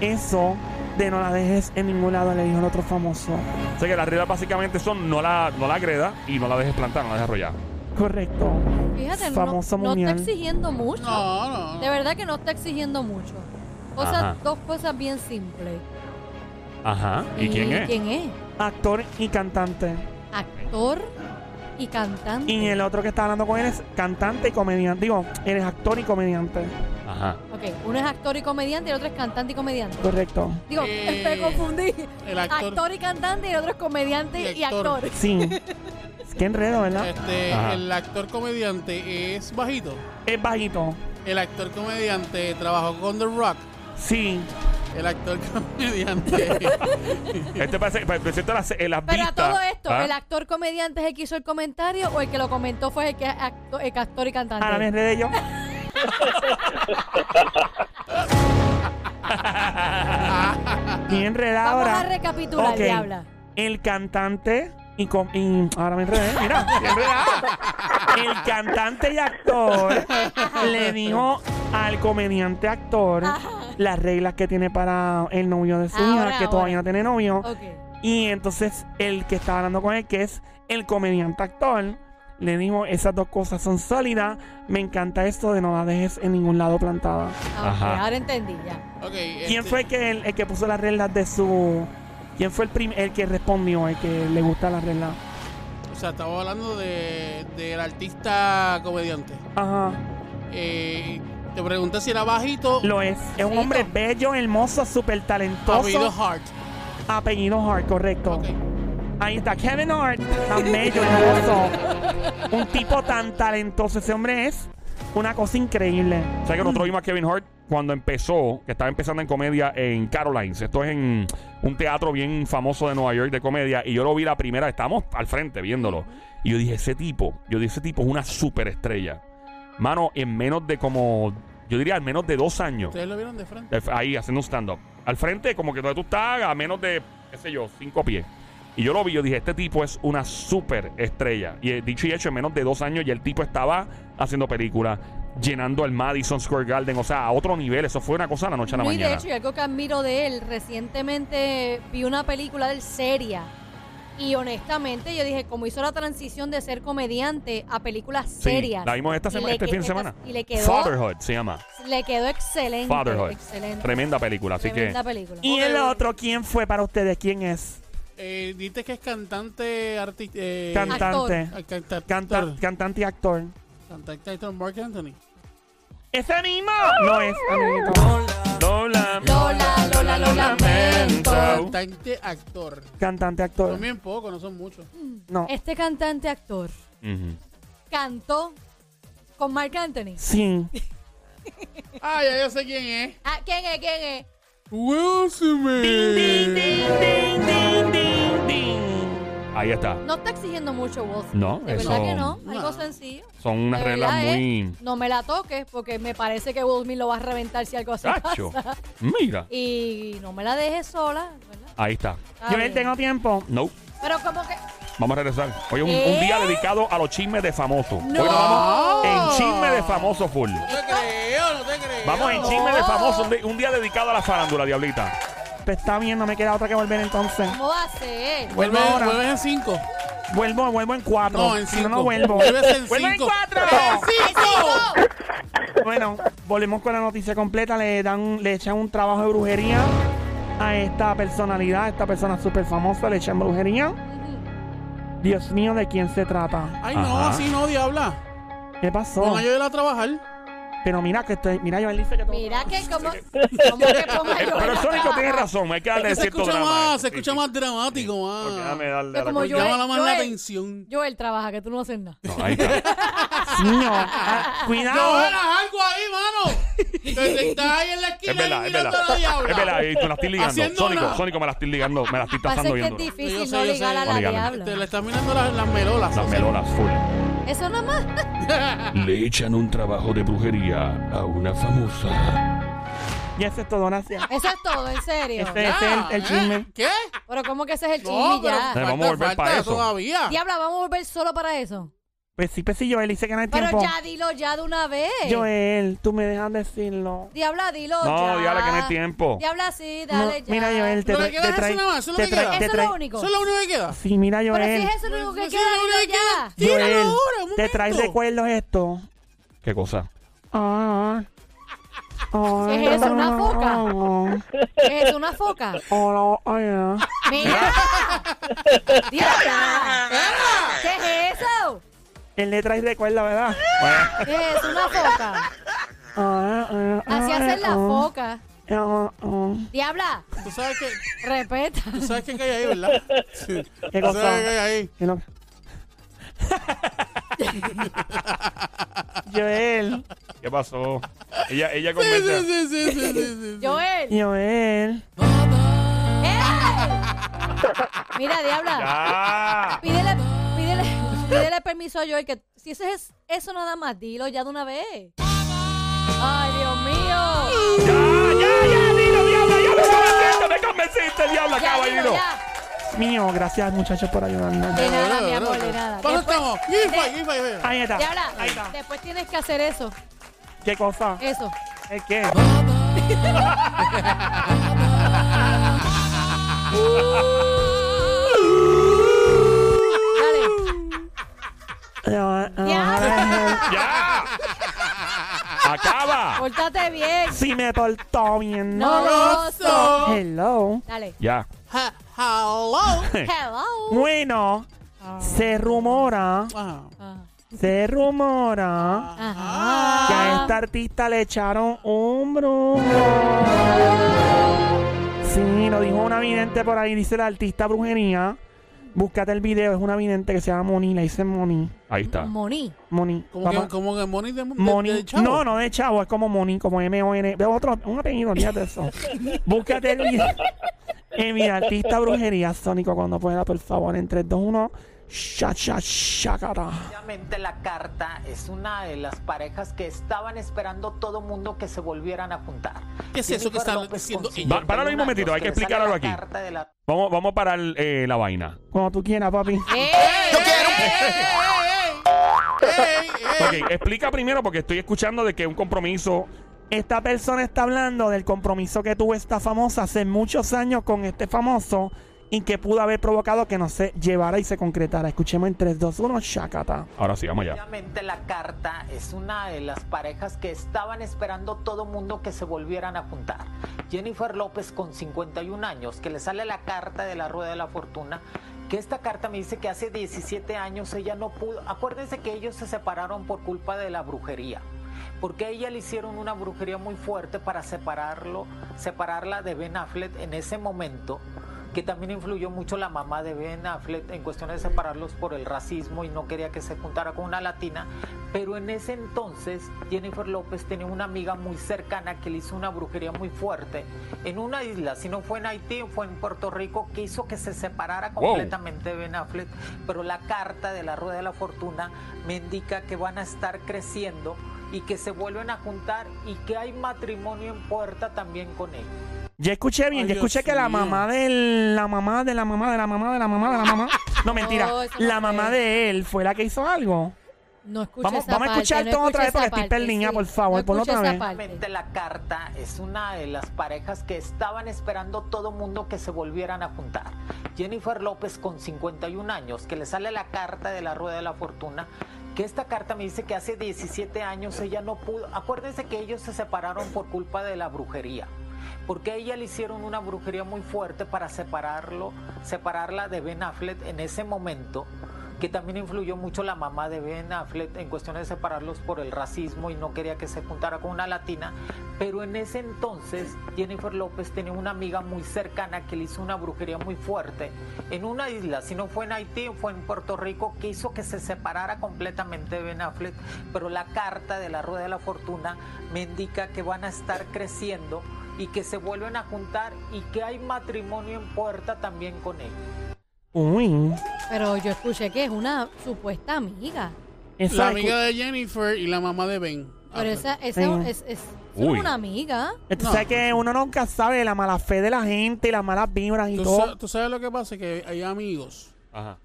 Speaker 1: Eso de no la dejes en ningún lado, le dijo el otro famoso.
Speaker 2: O sea que las reglas básicamente son no la, no la agreda y no la dejes plantar, no la dejes arrollar.
Speaker 1: Correcto.
Speaker 3: Fíjate, no,
Speaker 1: famoso
Speaker 3: no está
Speaker 1: mundial.
Speaker 3: exigiendo mucho.
Speaker 4: No, no.
Speaker 3: De verdad que no está exigiendo mucho. Cosas,
Speaker 2: Ajá.
Speaker 3: dos cosas bien simples. Eh,
Speaker 2: Ajá. ¿Y quién es?
Speaker 3: ¿Quién es?
Speaker 1: Actor y cantante.
Speaker 3: Actor y cantante.
Speaker 1: Y el otro que está hablando con él es cantante y comediante. Digo, eres actor y comediante.
Speaker 2: Ajá.
Speaker 3: Ok, uno es actor y comediante y el otro es cantante y comediante.
Speaker 1: Correcto.
Speaker 3: Digo,
Speaker 4: Eh,
Speaker 3: me confundí.
Speaker 4: el actor.
Speaker 3: y cantante y el otro es comediante y,
Speaker 4: Y actor.
Speaker 3: actor.
Speaker 1: Sí. Es que enredo, ¿verdad?
Speaker 4: Este,
Speaker 2: Ajá.
Speaker 4: el actor comediante es bajito.
Speaker 1: Es bajito.
Speaker 4: El actor comediante trabajó con The Rock.
Speaker 1: Sí.
Speaker 4: El actor comediante.
Speaker 2: Este parece, pa- presenta las, eh, las
Speaker 3: Pero a
Speaker 2: vistas.
Speaker 3: todo esto,
Speaker 2: ¿Ah?
Speaker 3: ¿el actor comediante es el que hizo el comentario o el que lo comentó fue el que es acto- el actor y cantante?
Speaker 1: Ahora me enredé yo. Bien enredado
Speaker 3: Vamos
Speaker 1: ahora.
Speaker 3: a recapitular,
Speaker 1: Ok.
Speaker 3: diabla.
Speaker 1: El cantante y, com- y- ahora me enredé. Mira, bien enredado. El cantante y actor le dijo al comediante actor las reglas que tiene para el novio de su
Speaker 3: Ahora,
Speaker 1: hija, que todavía
Speaker 3: ahora.
Speaker 1: no tiene novio.
Speaker 3: Ok. Ah,
Speaker 1: Y entonces el que está hablando con él, que es el comediante actor, le dijo, esas dos cosas son sólidas, me encanta esto de no la dejes en ningún lado plantada.
Speaker 3: Ah, ok,
Speaker 2: Ajá.
Speaker 3: Ahora entendí, ya.
Speaker 4: Ok,
Speaker 1: ¿Quién
Speaker 4: este,
Speaker 1: fue el que, el, el que puso las reglas de su... ¿Quién fue el, prim- el que respondió, el que le gusta las reglas?
Speaker 4: O sea, estamos hablando de, del artista comediante.
Speaker 1: Ajá,
Speaker 4: Eh, te pregunté si era bajito
Speaker 1: lo es. Es un
Speaker 3: Perfecto.
Speaker 1: hombre bello, hermoso, súper
Speaker 4: o
Speaker 1: talentoso.
Speaker 4: apellido
Speaker 1: Apellido,
Speaker 4: Hart.
Speaker 1: Hart, correcto.
Speaker 4: Ok.
Speaker 1: Ahí está, Kevin Hart, tan bello, hermoso. un tipo tan talentoso. Ese hombre es una cosa increíble.
Speaker 2: O sea que nosotros vimos a Kevin Hart cuando empezó, que estaba empezando en comedia en Carolines. Esto es en un teatro bien famoso de Nueva York de comedia. Y yo lo vi la primera, estamos al frente viéndolo. Y yo dije, ese tipo, yo dije, ese tipo es una superestrella. Mano, en menos de como, yo diría, al menos de dos años.
Speaker 4: Ustedes lo vieron de frente.
Speaker 2: Eh, Ahí haciendo un stand-up. Al frente, como que donde tú estás, a menos de, qué sé yo, cinco pies. Y yo lo vi, yo dije, este tipo es una super estrella. Y eh, dicho y hecho, en menos de dos años ya el tipo estaba haciendo películas, llenando el Madison Square Garden, o sea, a otro nivel. Eso fue una cosa de la noche a la
Speaker 3: No, y de
Speaker 2: mañana.
Speaker 3: hecho, y algo que admiro de él, recientemente vi una película del seria. Y honestamente, yo dije, como hizo la transición de ser comediante a películas
Speaker 2: Sí,
Speaker 3: serias.
Speaker 2: la vimos esta
Speaker 3: y
Speaker 2: sema-
Speaker 3: le
Speaker 2: este
Speaker 3: que-
Speaker 2: fin de
Speaker 3: esta-
Speaker 2: semana.
Speaker 3: Y le quedó,
Speaker 2: Fatherhood se llama.
Speaker 3: le quedó excelente.
Speaker 2: Fatherhood.
Speaker 3: Excelente.
Speaker 2: Tremenda película, así
Speaker 3: Tremenda
Speaker 2: que.
Speaker 3: película.
Speaker 1: Y
Speaker 4: Ok,
Speaker 1: el
Speaker 4: bueno.
Speaker 1: otro, ¿quién fue para ustedes? ¿Quién es?
Speaker 4: Eh, Dices que es cantante, artista. Eh,
Speaker 1: Cantante.
Speaker 4: ah, canta-
Speaker 1: Canta-
Speaker 4: actor.
Speaker 1: cantante y actor.
Speaker 4: Cantante actor Mark Anthony.
Speaker 1: ¡Ese mismo! No es,
Speaker 4: Ah.
Speaker 1: amiguito.
Speaker 2: Lola.
Speaker 3: Lola, Lola, lo lamento.
Speaker 4: Cantante actor.
Speaker 1: Cantante, actor.
Speaker 4: Son bien pocos, no son muchos.
Speaker 1: No.
Speaker 3: Este cantante actor
Speaker 2: Ujú.
Speaker 3: cantó con Mark Anthony.
Speaker 1: Sí.
Speaker 4: Ah, ya yo sé quién es.
Speaker 3: Ah, ¿Quién es? ¿Quién es?
Speaker 4: Will Smith.
Speaker 2: Ahí está.
Speaker 3: No está exigiendo mucho Wilson.
Speaker 2: No,
Speaker 3: De
Speaker 2: eso-
Speaker 3: verdad que no. Algo
Speaker 4: No.
Speaker 3: sencillo.
Speaker 2: Son unas
Speaker 3: De
Speaker 2: reglas
Speaker 3: verdad,
Speaker 2: muy.
Speaker 3: eh, no me la toques porque me parece que Will Smith lo va a reventar si algo así
Speaker 2: ¡Cacho!
Speaker 3: pasa.
Speaker 2: Mira.
Speaker 3: Y no me la dejes sola, ¿verdad?
Speaker 2: Ahí está.
Speaker 3: Está
Speaker 1: Yo
Speaker 3: bien.
Speaker 1: tengo tiempo.
Speaker 2: No.
Speaker 3: Pero como que...
Speaker 2: Vamos a regresar. Hoy es un,
Speaker 3: ¿Eh?
Speaker 2: un día dedicado a los chismes de famosos. Hoy
Speaker 3: ¡No! Eh,
Speaker 2: nos vamos en chisme de famoso full.
Speaker 4: No te creo, no te creo.
Speaker 2: Vamos en chisme de famosos. un di- Un día dedicado a la farándula, diablita.
Speaker 1: Pues está bien, no me queda otra que volver entonces.
Speaker 3: ¿Cómo va a ser?
Speaker 1: Vuelvo
Speaker 4: Vuelve,
Speaker 1: ahora.
Speaker 4: vuelves en 5.
Speaker 1: Vuelvo, vuelvo en cuatro.
Speaker 4: No, en
Speaker 1: Si
Speaker 4: 5.
Speaker 1: No, no vuelvo.
Speaker 4: Vuelves en 5.
Speaker 1: ¡Vuelvo en cuatro!
Speaker 3: ¡Cinco!
Speaker 1: Bueno, volvemos con la noticia completa. Le dan, le echan un trabajo de brujería a esta personalidad, a esta persona súper famosa, le echan brujería. Dios mío, ¿de quién se trata?
Speaker 4: Ay, no,
Speaker 2: Ajá.
Speaker 4: así no, diabla.
Speaker 1: ¿Qué
Speaker 4: Van
Speaker 1: pasó?
Speaker 4: a ayudar a trabajar.
Speaker 1: Pero mira que estoy, mira, Joel dice que todo-
Speaker 3: Mira que como, como que pongo yo.
Speaker 2: Eh, Pero Sónico tiene razón, hay que darle
Speaker 4: Se
Speaker 2: cierto
Speaker 4: escucha
Speaker 2: drama. a
Speaker 4: más,
Speaker 2: esto,
Speaker 4: se escucha
Speaker 2: sí,
Speaker 4: más
Speaker 2: sí.
Speaker 4: dramático, más.
Speaker 2: Porque dame darle
Speaker 3: Pero
Speaker 2: a la
Speaker 3: como yo-
Speaker 2: cuña.
Speaker 4: Llama la más la
Speaker 3: Joel.
Speaker 4: atención.
Speaker 3: Joel trabaja, que tú no haces nada.
Speaker 2: Ahí está.
Speaker 1: Dios mío, ah,
Speaker 4: No
Speaker 1: cuidado.
Speaker 4: eras algo ahí, mano. Te- Estás ahí en la esquina
Speaker 2: Es verdad,
Speaker 4: ahí
Speaker 2: es
Speaker 4: mirando
Speaker 2: verdad.
Speaker 4: a la diabla.
Speaker 2: Es verdad, y tú la estoy ligando.
Speaker 4: Haciendo
Speaker 2: Sónico,
Speaker 4: nada.
Speaker 2: Sónico me la estoy ligando, me la estoy
Speaker 3: Pasa
Speaker 2: tasando
Speaker 3: que es
Speaker 2: bien duro.
Speaker 3: difícil
Speaker 4: Yo sé,
Speaker 3: no
Speaker 4: yo
Speaker 3: ligar
Speaker 4: sé.
Speaker 3: a la
Speaker 2: No ligar.
Speaker 3: diabla.
Speaker 4: Te Este, le estás mirando las, las melolas.
Speaker 2: Las
Speaker 4: o sea.
Speaker 2: melolas full.
Speaker 3: Eso nada más.
Speaker 2: Le echan un trabajo de brujería a una famosa.
Speaker 1: Y eso es todo, gracias.
Speaker 3: Eso es todo, en serio.
Speaker 1: Ese, ese es el, el
Speaker 4: Ah,
Speaker 1: chisme.
Speaker 4: ¿eh? ¿Qué?
Speaker 3: Pero ¿cómo que ese es el
Speaker 4: No,
Speaker 3: chisme
Speaker 4: pero
Speaker 3: ya?
Speaker 2: Eh,
Speaker 4: falta-
Speaker 2: vamos a volver
Speaker 4: falta
Speaker 2: para eso.
Speaker 4: todavía.
Speaker 3: Diabla, vamos a volver solo para eso.
Speaker 1: Pues sí, pues sí, Joel dice que no hay
Speaker 3: Pero
Speaker 1: tiempo. eh,
Speaker 3: ya dilo ya de una vez.
Speaker 1: Joel, tú me dejas decirlo.
Speaker 3: Diabla, dilo ya.
Speaker 2: No, diabla que no hay tiempo.
Speaker 3: Diabla, sí,
Speaker 1: No,
Speaker 3: dale ya.
Speaker 1: mira, Joel, te
Speaker 4: Lo que
Speaker 1: trae.
Speaker 4: queda
Speaker 1: Te
Speaker 4: es
Speaker 1: trae,
Speaker 4: eso nada más, eso es lo
Speaker 1: te
Speaker 4: que
Speaker 1: trae-
Speaker 4: queda.
Speaker 1: te
Speaker 3: Eso es
Speaker 1: trae-
Speaker 3: lo único.
Speaker 4: Eso es lo único que queda.
Speaker 1: Sí, mira, Joel.
Speaker 3: Pero si es eso lo único que
Speaker 4: Eso es
Speaker 3: queda,
Speaker 4: lo único que
Speaker 3: dilo ya.
Speaker 4: queda. Tíralo
Speaker 1: Joel,
Speaker 4: ahora, un
Speaker 1: te traes
Speaker 4: momento.
Speaker 1: recuerdos esto.
Speaker 2: ¿Qué cosa?
Speaker 1: Ah. Ah. ah,
Speaker 3: ¿Qué es eso, una foca? Es una foca.
Speaker 1: Hola, hola.
Speaker 3: Mira. Diabla. ¿Qué es eso?
Speaker 1: Él le trae recuerdos, ¿verdad?
Speaker 3: ¿Qué es eso? Una foca.
Speaker 1: Ah, ah, ah,
Speaker 3: Así hacen las
Speaker 1: ah,
Speaker 3: focas.
Speaker 1: ah, ah.
Speaker 3: Diabla,
Speaker 4: Tú sabes que,
Speaker 3: respeta.
Speaker 4: tú sabes que hay ahí, ¿verdad? Sí.
Speaker 1: ¿Qué
Speaker 4: Tú
Speaker 1: cosa?
Speaker 4: sabes que hay ahí.
Speaker 1: Que no- Joel,
Speaker 2: ¿Qué pasó? Ella, ella
Speaker 4: Sí,
Speaker 2: convenció.
Speaker 4: sí, sí, sí, sí, sí, sí.
Speaker 3: Joel.
Speaker 1: Joel.
Speaker 3: ¡Ey! Mira, Diabla.
Speaker 2: Ah,
Speaker 3: Pídele, pídele, pídele permiso a Joel que si eso es eso nada más, dilo ya de una vez. Ay, Dios
Speaker 1: Ah,
Speaker 3: mío.
Speaker 2: ya, ya, ya, dilo, diabla, ya me convenciste, me convenciste, diabla,
Speaker 3: Ya, dilo,
Speaker 2: caballero.
Speaker 3: ya.
Speaker 1: Mío, gracias muchachos por ayudarnos.
Speaker 3: De nada,
Speaker 4: Ahora,
Speaker 3: mi amor,
Speaker 4: ahora.
Speaker 3: de nada.
Speaker 4: ¿Cuándo
Speaker 3: Después-
Speaker 4: estamos? Giveaway, giveaway, giveaway.
Speaker 1: Ahí está.
Speaker 3: Diabla,
Speaker 1: Ahí está.
Speaker 3: después tienes que hacer eso.
Speaker 1: ¿Qué cosa?
Speaker 3: Eso.
Speaker 1: ¿El qué? Uh.
Speaker 3: Dale.
Speaker 1: Ah, ah,
Speaker 3: Ya.
Speaker 2: Ya. Acaba.
Speaker 3: Pórtate bien.
Speaker 1: Si me portó bien,
Speaker 3: No gozo.
Speaker 1: Eh. Hello.
Speaker 3: Dale.
Speaker 2: Ya.
Speaker 4: Ha- Hello.
Speaker 1: Eh.
Speaker 3: Hello.
Speaker 1: Bueno,
Speaker 2: Ah.
Speaker 1: se rumora,
Speaker 4: Ajá.
Speaker 3: Ah,
Speaker 1: se rumora
Speaker 4: Ah.
Speaker 1: que a
Speaker 3: Ajá.
Speaker 1: esta artista le echaron un brujo. Sí, lo dijo una vidente por ahí, dice la artista brujería. Búscate el video, es una vidente que se llama Moni, le dicen Moni.
Speaker 2: Ahí está.
Speaker 3: Moni.
Speaker 1: Moni.
Speaker 4: Como que,
Speaker 1: papá.
Speaker 4: como que Moni de, de-
Speaker 1: Moni.
Speaker 4: de Chavo.
Speaker 1: No, no de chavo, es como Moni, como M-O-N. Veo otro, un apellido, olvídate de eso. Búscate el video. Eh, mira, artista brujería, Sónico, cuando pueda, por favor, en 3, 2, 1. Sha, sha, shakara.
Speaker 8: Obviamente la carta es una de las parejas que estaban esperando todo mundo que se volvieran a juntar.
Speaker 4: ¿Qué es eso
Speaker 8: Jennifer
Speaker 4: que están
Speaker 8: López
Speaker 4: diciendo
Speaker 8: consiguió
Speaker 2: ellos? Va- páralo ahí un
Speaker 8: una,
Speaker 2: momentito,
Speaker 8: dos,
Speaker 2: hay que
Speaker 8: tres, sale
Speaker 2: explicar algo
Speaker 8: la
Speaker 2: aquí.
Speaker 8: carta de la-
Speaker 2: Vamos, vamos a parar eh, la vaina.
Speaker 1: Cuando tú quieras, papi.
Speaker 4: ¡Yo quiero un- ¡Ey, ey, ey!
Speaker 2: Ok, explica primero porque estoy escuchando de que un compromiso.
Speaker 1: Esta persona está hablando del compromiso que tuvo esta famosa hace muchos años con este famoso y que pudo haber provocado que no se llevara y se concretara. Escuchemos en 3, 2, 1, shakata.
Speaker 2: Ahora sí, vamos allá.
Speaker 8: Obviamente la carta es una de las parejas que estaban esperando todo mundo que se volvieran a juntar. Jennifer López con 51 años, que le sale la carta de la Rueda de la Fortuna, que esta carta me dice que hace 17 años ella no pudo, acuérdense que ellos se separaron por culpa de la brujería. Porque a ella le hicieron una brujería muy fuerte para separarlo, separarla de Ben Affleck en ese momento que también influyó mucho la mamá de Ben Affleck en cuestiones de separarlos por el racismo y no quería que se juntara con una latina. Pero en ese entonces Jennifer López tenía una amiga muy cercana que le hizo una brujería muy fuerte en una isla, si no fue en Haití, fue en Puerto Rico, que hizo que se separara
Speaker 2: Wow.
Speaker 8: completamente de Ben Affleck. Pero la carta de la Rueda de la Fortuna me indica que van a estar creciendo y que se vuelven a juntar y que hay matrimonio en puerta también con ellos.
Speaker 1: Ya escuché bien,
Speaker 4: Ay,
Speaker 1: ya escuché
Speaker 4: Dios
Speaker 1: que la
Speaker 4: mío.
Speaker 1: mamá de la mamá de la mamá de la mamá de la mamá de la mamá. No, mentira.
Speaker 3: No, eso no
Speaker 1: la mamá
Speaker 3: es.
Speaker 1: de él fue la que hizo algo.
Speaker 3: No escuché
Speaker 1: Vamos,
Speaker 3: esa
Speaker 1: vamos a
Speaker 3: parte,
Speaker 1: escuchar
Speaker 3: no
Speaker 1: esto
Speaker 3: escuché
Speaker 1: otra vez
Speaker 3: esa
Speaker 1: porque
Speaker 3: parte,
Speaker 1: estoy perlinha,
Speaker 3: sí.
Speaker 1: por favor,
Speaker 3: No
Speaker 1: ponlo
Speaker 3: escuché
Speaker 1: otra
Speaker 3: esa
Speaker 1: vez.
Speaker 3: parte.
Speaker 8: Realmente la carta es una de las parejas que estaban esperando todo mundo que se volvieran a juntar. Jennifer López con 51 años, que le sale la carta de la rueda de la fortuna, que esta carta me dice que hace 17 años ella no pudo, acuérdense que ellos se separaron por culpa de la brujería. Porque a ella le hicieron una brujería muy fuerte para separarlo, separarla de Ben Affleck en ese momento que también influyó mucho la mamá de Ben Affleck en cuestión de separarlos por el racismo y no quería que se juntara con una latina. Pero en ese entonces Jennifer López tenía una amiga muy cercana que le hizo una brujería muy fuerte en una isla, si no fue en Haití, fue en Puerto Rico, que hizo que se separara completamente de Ben Affleck. Pero la carta de la Rueda de la Fortuna me indica que van a estar creciendo y que se vuelven a juntar y que hay matrimonio en puerta también con ellos.
Speaker 1: Uy.
Speaker 3: Pero yo escuché que es una supuesta amiga.
Speaker 1: Esa
Speaker 4: La
Speaker 1: escu-
Speaker 4: amiga de Jennifer y la mamá de Ben. Ah,
Speaker 3: Pero esa, esa
Speaker 1: Ah, pues. Sí.
Speaker 3: es, es, eso no
Speaker 2: Uy.
Speaker 3: es una amiga.
Speaker 1: Tú
Speaker 4: No.
Speaker 1: sabes que uno nunca sabe la mala fe de la gente y las malas vibras y
Speaker 4: ¿Tú,
Speaker 1: todo.
Speaker 4: sa- tú sabes lo que pasa? Que hay amigos
Speaker 2: Ajá.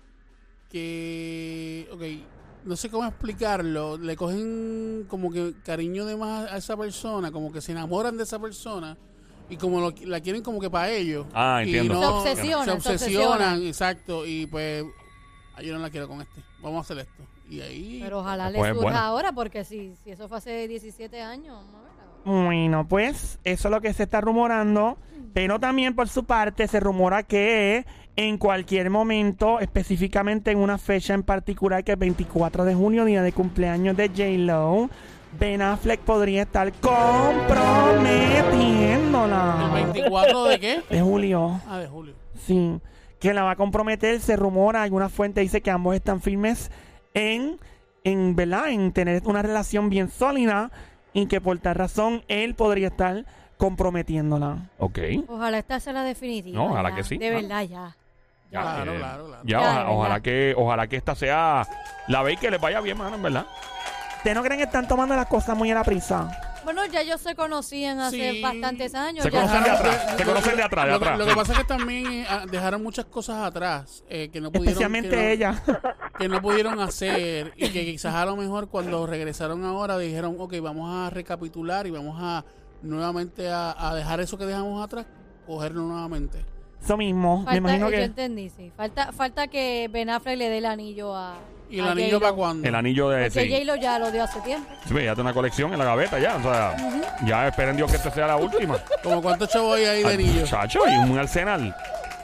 Speaker 4: que, ok, no sé cómo explicarlo, le cogen como que cariño de más a esa persona, como que se enamoran de esa persona y como lo- la quieren como que para ellos.
Speaker 2: Ah, entiendo.
Speaker 4: Y
Speaker 3: Se obsesionan,
Speaker 4: se
Speaker 3: se
Speaker 4: obsesionan,
Speaker 3: obsesionan.
Speaker 4: exacto, y pues, ay, yo no la quiero con este, vamos a hacer esto. Y ahí...
Speaker 3: Pero ojalá le
Speaker 2: Pues es
Speaker 3: surja
Speaker 2: buena.
Speaker 3: ahora, porque si, si eso fue hace 17 años, vamos a ver ahora.
Speaker 1: Bueno, pues eso es lo que se está rumorando, pero también por su parte se rumora que en cualquier momento, específicamente en una fecha en particular que es 24 de junio, día de cumpleaños de J-Lo, Ben Affleck podría estar
Speaker 4: ¿El
Speaker 1: comprometiéndola.
Speaker 4: 24 de qué?
Speaker 1: De julio,
Speaker 4: Ah, de julio.
Speaker 1: sí, que la va a comprometer, se rumora, alguna fuente dice que ambos están firmes en, en, ¿verdad? en tener una relación bien sólida y que por tal razón él podría estar comprometiéndola.
Speaker 2: Ok.
Speaker 3: Ojalá esta sea la definitiva.
Speaker 2: No, ojalá
Speaker 3: ya.
Speaker 2: que sí.
Speaker 3: De
Speaker 2: Ah.
Speaker 3: verdad, ya.
Speaker 2: Ya,
Speaker 4: Claro,
Speaker 2: eh,
Speaker 4: claro, claro.
Speaker 2: Ya,
Speaker 3: Ya,
Speaker 2: oja-
Speaker 3: ¿verdad?
Speaker 2: ojalá que, ojalá que esta sea la vez que les vaya bien, mano, en verdad.
Speaker 1: ¿Ustedes no creen que están tomando las cosas muy a la prisa?
Speaker 3: Bueno, ya ellos se conocían hace
Speaker 4: Sí.
Speaker 3: bastantes años.
Speaker 2: Se
Speaker 3: ya.
Speaker 2: conocen de
Speaker 4: Claro,
Speaker 2: atrás,
Speaker 4: lo-
Speaker 2: se conocen de atrás, de
Speaker 4: lo que-
Speaker 2: atrás,
Speaker 4: Lo que
Speaker 2: sí.
Speaker 4: pasa es que también eh, ah, dejaron muchas cosas atrás eh, que no pudieron...
Speaker 1: Especialmente
Speaker 4: que no-
Speaker 1: ella.
Speaker 4: que no pudieron hacer y que quizás a lo mejor cuando regresaron ahora dijeron, ok, vamos a recapitular y vamos a nuevamente a, a dejar eso que dejamos atrás, cogerlo nuevamente.
Speaker 1: Eso mismo.
Speaker 3: Falta,
Speaker 1: Me imagino
Speaker 3: Yo
Speaker 1: que.
Speaker 3: entendí, sí. Falta, falta que Ben Affleck le dé el anillo a.
Speaker 4: ¿Y el
Speaker 3: a
Speaker 4: anillo
Speaker 3: J-Lo.
Speaker 4: para cuándo?
Speaker 2: El anillo de...
Speaker 3: Porque
Speaker 2: Eh, Sí.
Speaker 3: J-Lo ya lo dio hace tiempo.
Speaker 2: Sí, pues, ya tiene una colección en la gaveta ya. O sea, ya esperen Dios que esta sea la última.
Speaker 4: ¿Como cuántos chavos hay ahí de anillo?
Speaker 2: Chacho, y un arsenal.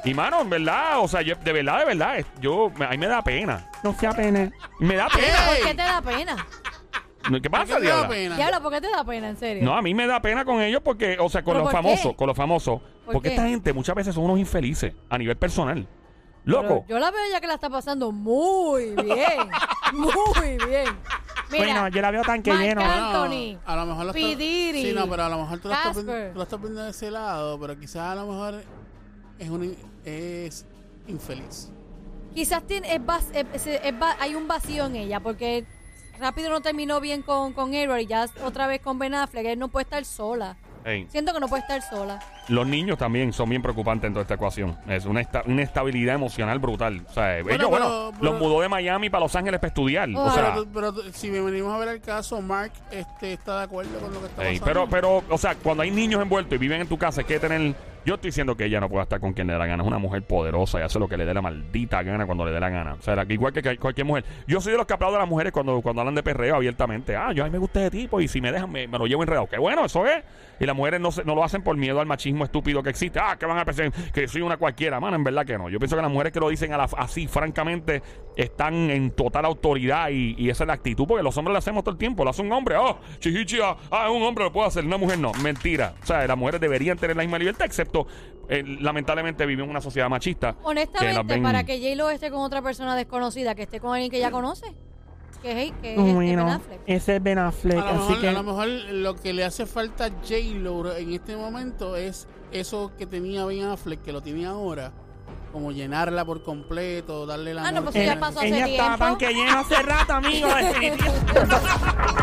Speaker 2: Y mano, en verdad, o sea, yo- de verdad, de verdad, es- yo, me- a mí me da pena.
Speaker 1: No sea pene.
Speaker 2: Me da pena.
Speaker 3: ¿Por qué te da pena?
Speaker 2: ¿Qué
Speaker 4: ¿Por qué
Speaker 2: pasa,
Speaker 4: te da
Speaker 2: diabla?
Speaker 4: pena?
Speaker 3: Diablo, ¿por qué te da pena, en serio?
Speaker 2: No, a mí me da pena con ellos porque, o sea, con
Speaker 3: ¿Pero
Speaker 2: los
Speaker 3: por qué?
Speaker 2: famosos, con los famosos.
Speaker 3: ¿Por
Speaker 2: porque
Speaker 3: qué?
Speaker 2: esta gente muchas veces son unos infelices a nivel personal. Loco.
Speaker 3: Yo la veo ya que la está pasando muy bien. muy bien. Mira,
Speaker 1: Bueno, yo la veo tan que
Speaker 3: Marc
Speaker 1: lleno.
Speaker 3: Anthony,
Speaker 4: No, a lo mejor lo
Speaker 3: P.
Speaker 4: estás-
Speaker 3: Diddy,
Speaker 4: Sí, no, pero a lo mejor tú lo estás, viendo-
Speaker 3: Casper.
Speaker 4: tú lo estás viendo de ese lado, pero quizás a lo mejor es, un, es infeliz.
Speaker 3: Quizás tiene, es vas- es- es- es va- hay un vacío en ella porque rápido no terminó bien con, con Edward y ya otra vez con Ben Affleck. Él no puede estar sola.
Speaker 2: Ey,
Speaker 3: Siento que no puede estar sola.
Speaker 2: los niños también son bien preocupantes en toda esta ecuación. Es una, esta- una estabilidad emocional brutal. O sea, ellos,
Speaker 4: pero-
Speaker 2: bueno,
Speaker 4: pero-
Speaker 2: los mudó de Miami para Los Ángeles para estudiar. o
Speaker 3: Ah.
Speaker 2: sea,
Speaker 4: Pero, tú- pero tú- si venimos a ver el caso, Mark este, está de acuerdo con lo que está
Speaker 2: Ey,
Speaker 4: pasando.
Speaker 2: pero, pero, o sea, cuando hay niños envueltos y viven en tu casa, hay que tener. Yo estoy diciendo que ella no puede estar con quien le dé la gana. Es una mujer poderosa y hace lo que le dé la maldita gana cuando le dé la gana. O sea, la- igual que cual- cualquier mujer. Yo soy de los que aplaudo a las mujeres cuando, cuando hablan de perreo abiertamente. Ah, yo a mí me gusta ese tipo y si me dejan me, me lo llevo enredado. Qué bueno, eso es. Y las mujeres no, se- no lo hacen por miedo al machismo estúpido que existe. Ah, que van a pensar que soy una cualquiera. Mano, en verdad que no. Yo pienso que las mujeres que lo dicen a la- así, francamente, están en total autoridad y, y esa es la actitud. Porque los hombres lo hacemos todo el tiempo. Lo hace un hombre. Oh, chichichi, ah, ah, un hombre lo puede hacer. Una mujer no. Mentira. O sea, las mujeres deberían tener la misma libertad, excepto, eh, lamentablemente, vivimos en una sociedad machista. que las
Speaker 3: Honestamente,
Speaker 2: ven-
Speaker 3: para que J-Lo esté con otra persona desconocida, que esté con alguien que ya conoce, que es, que es este Ben
Speaker 1: Bueno,
Speaker 3: Affleck.
Speaker 1: ese es Ben Affleck.
Speaker 4: A lo,
Speaker 1: Así
Speaker 4: mejor, a lo
Speaker 1: que.
Speaker 4: mejor lo que le hace falta a J-Lo en este momento es eso que tenía Ben Affleck, que lo tiene ahora, como llenarla por completo, darle la
Speaker 3: Ah, no, pues
Speaker 1: eh,
Speaker 3: ya pasó hace
Speaker 1: Ella estaba
Speaker 3: tiempo.
Speaker 1: tan que lleno hace rato, amigo. definitivo.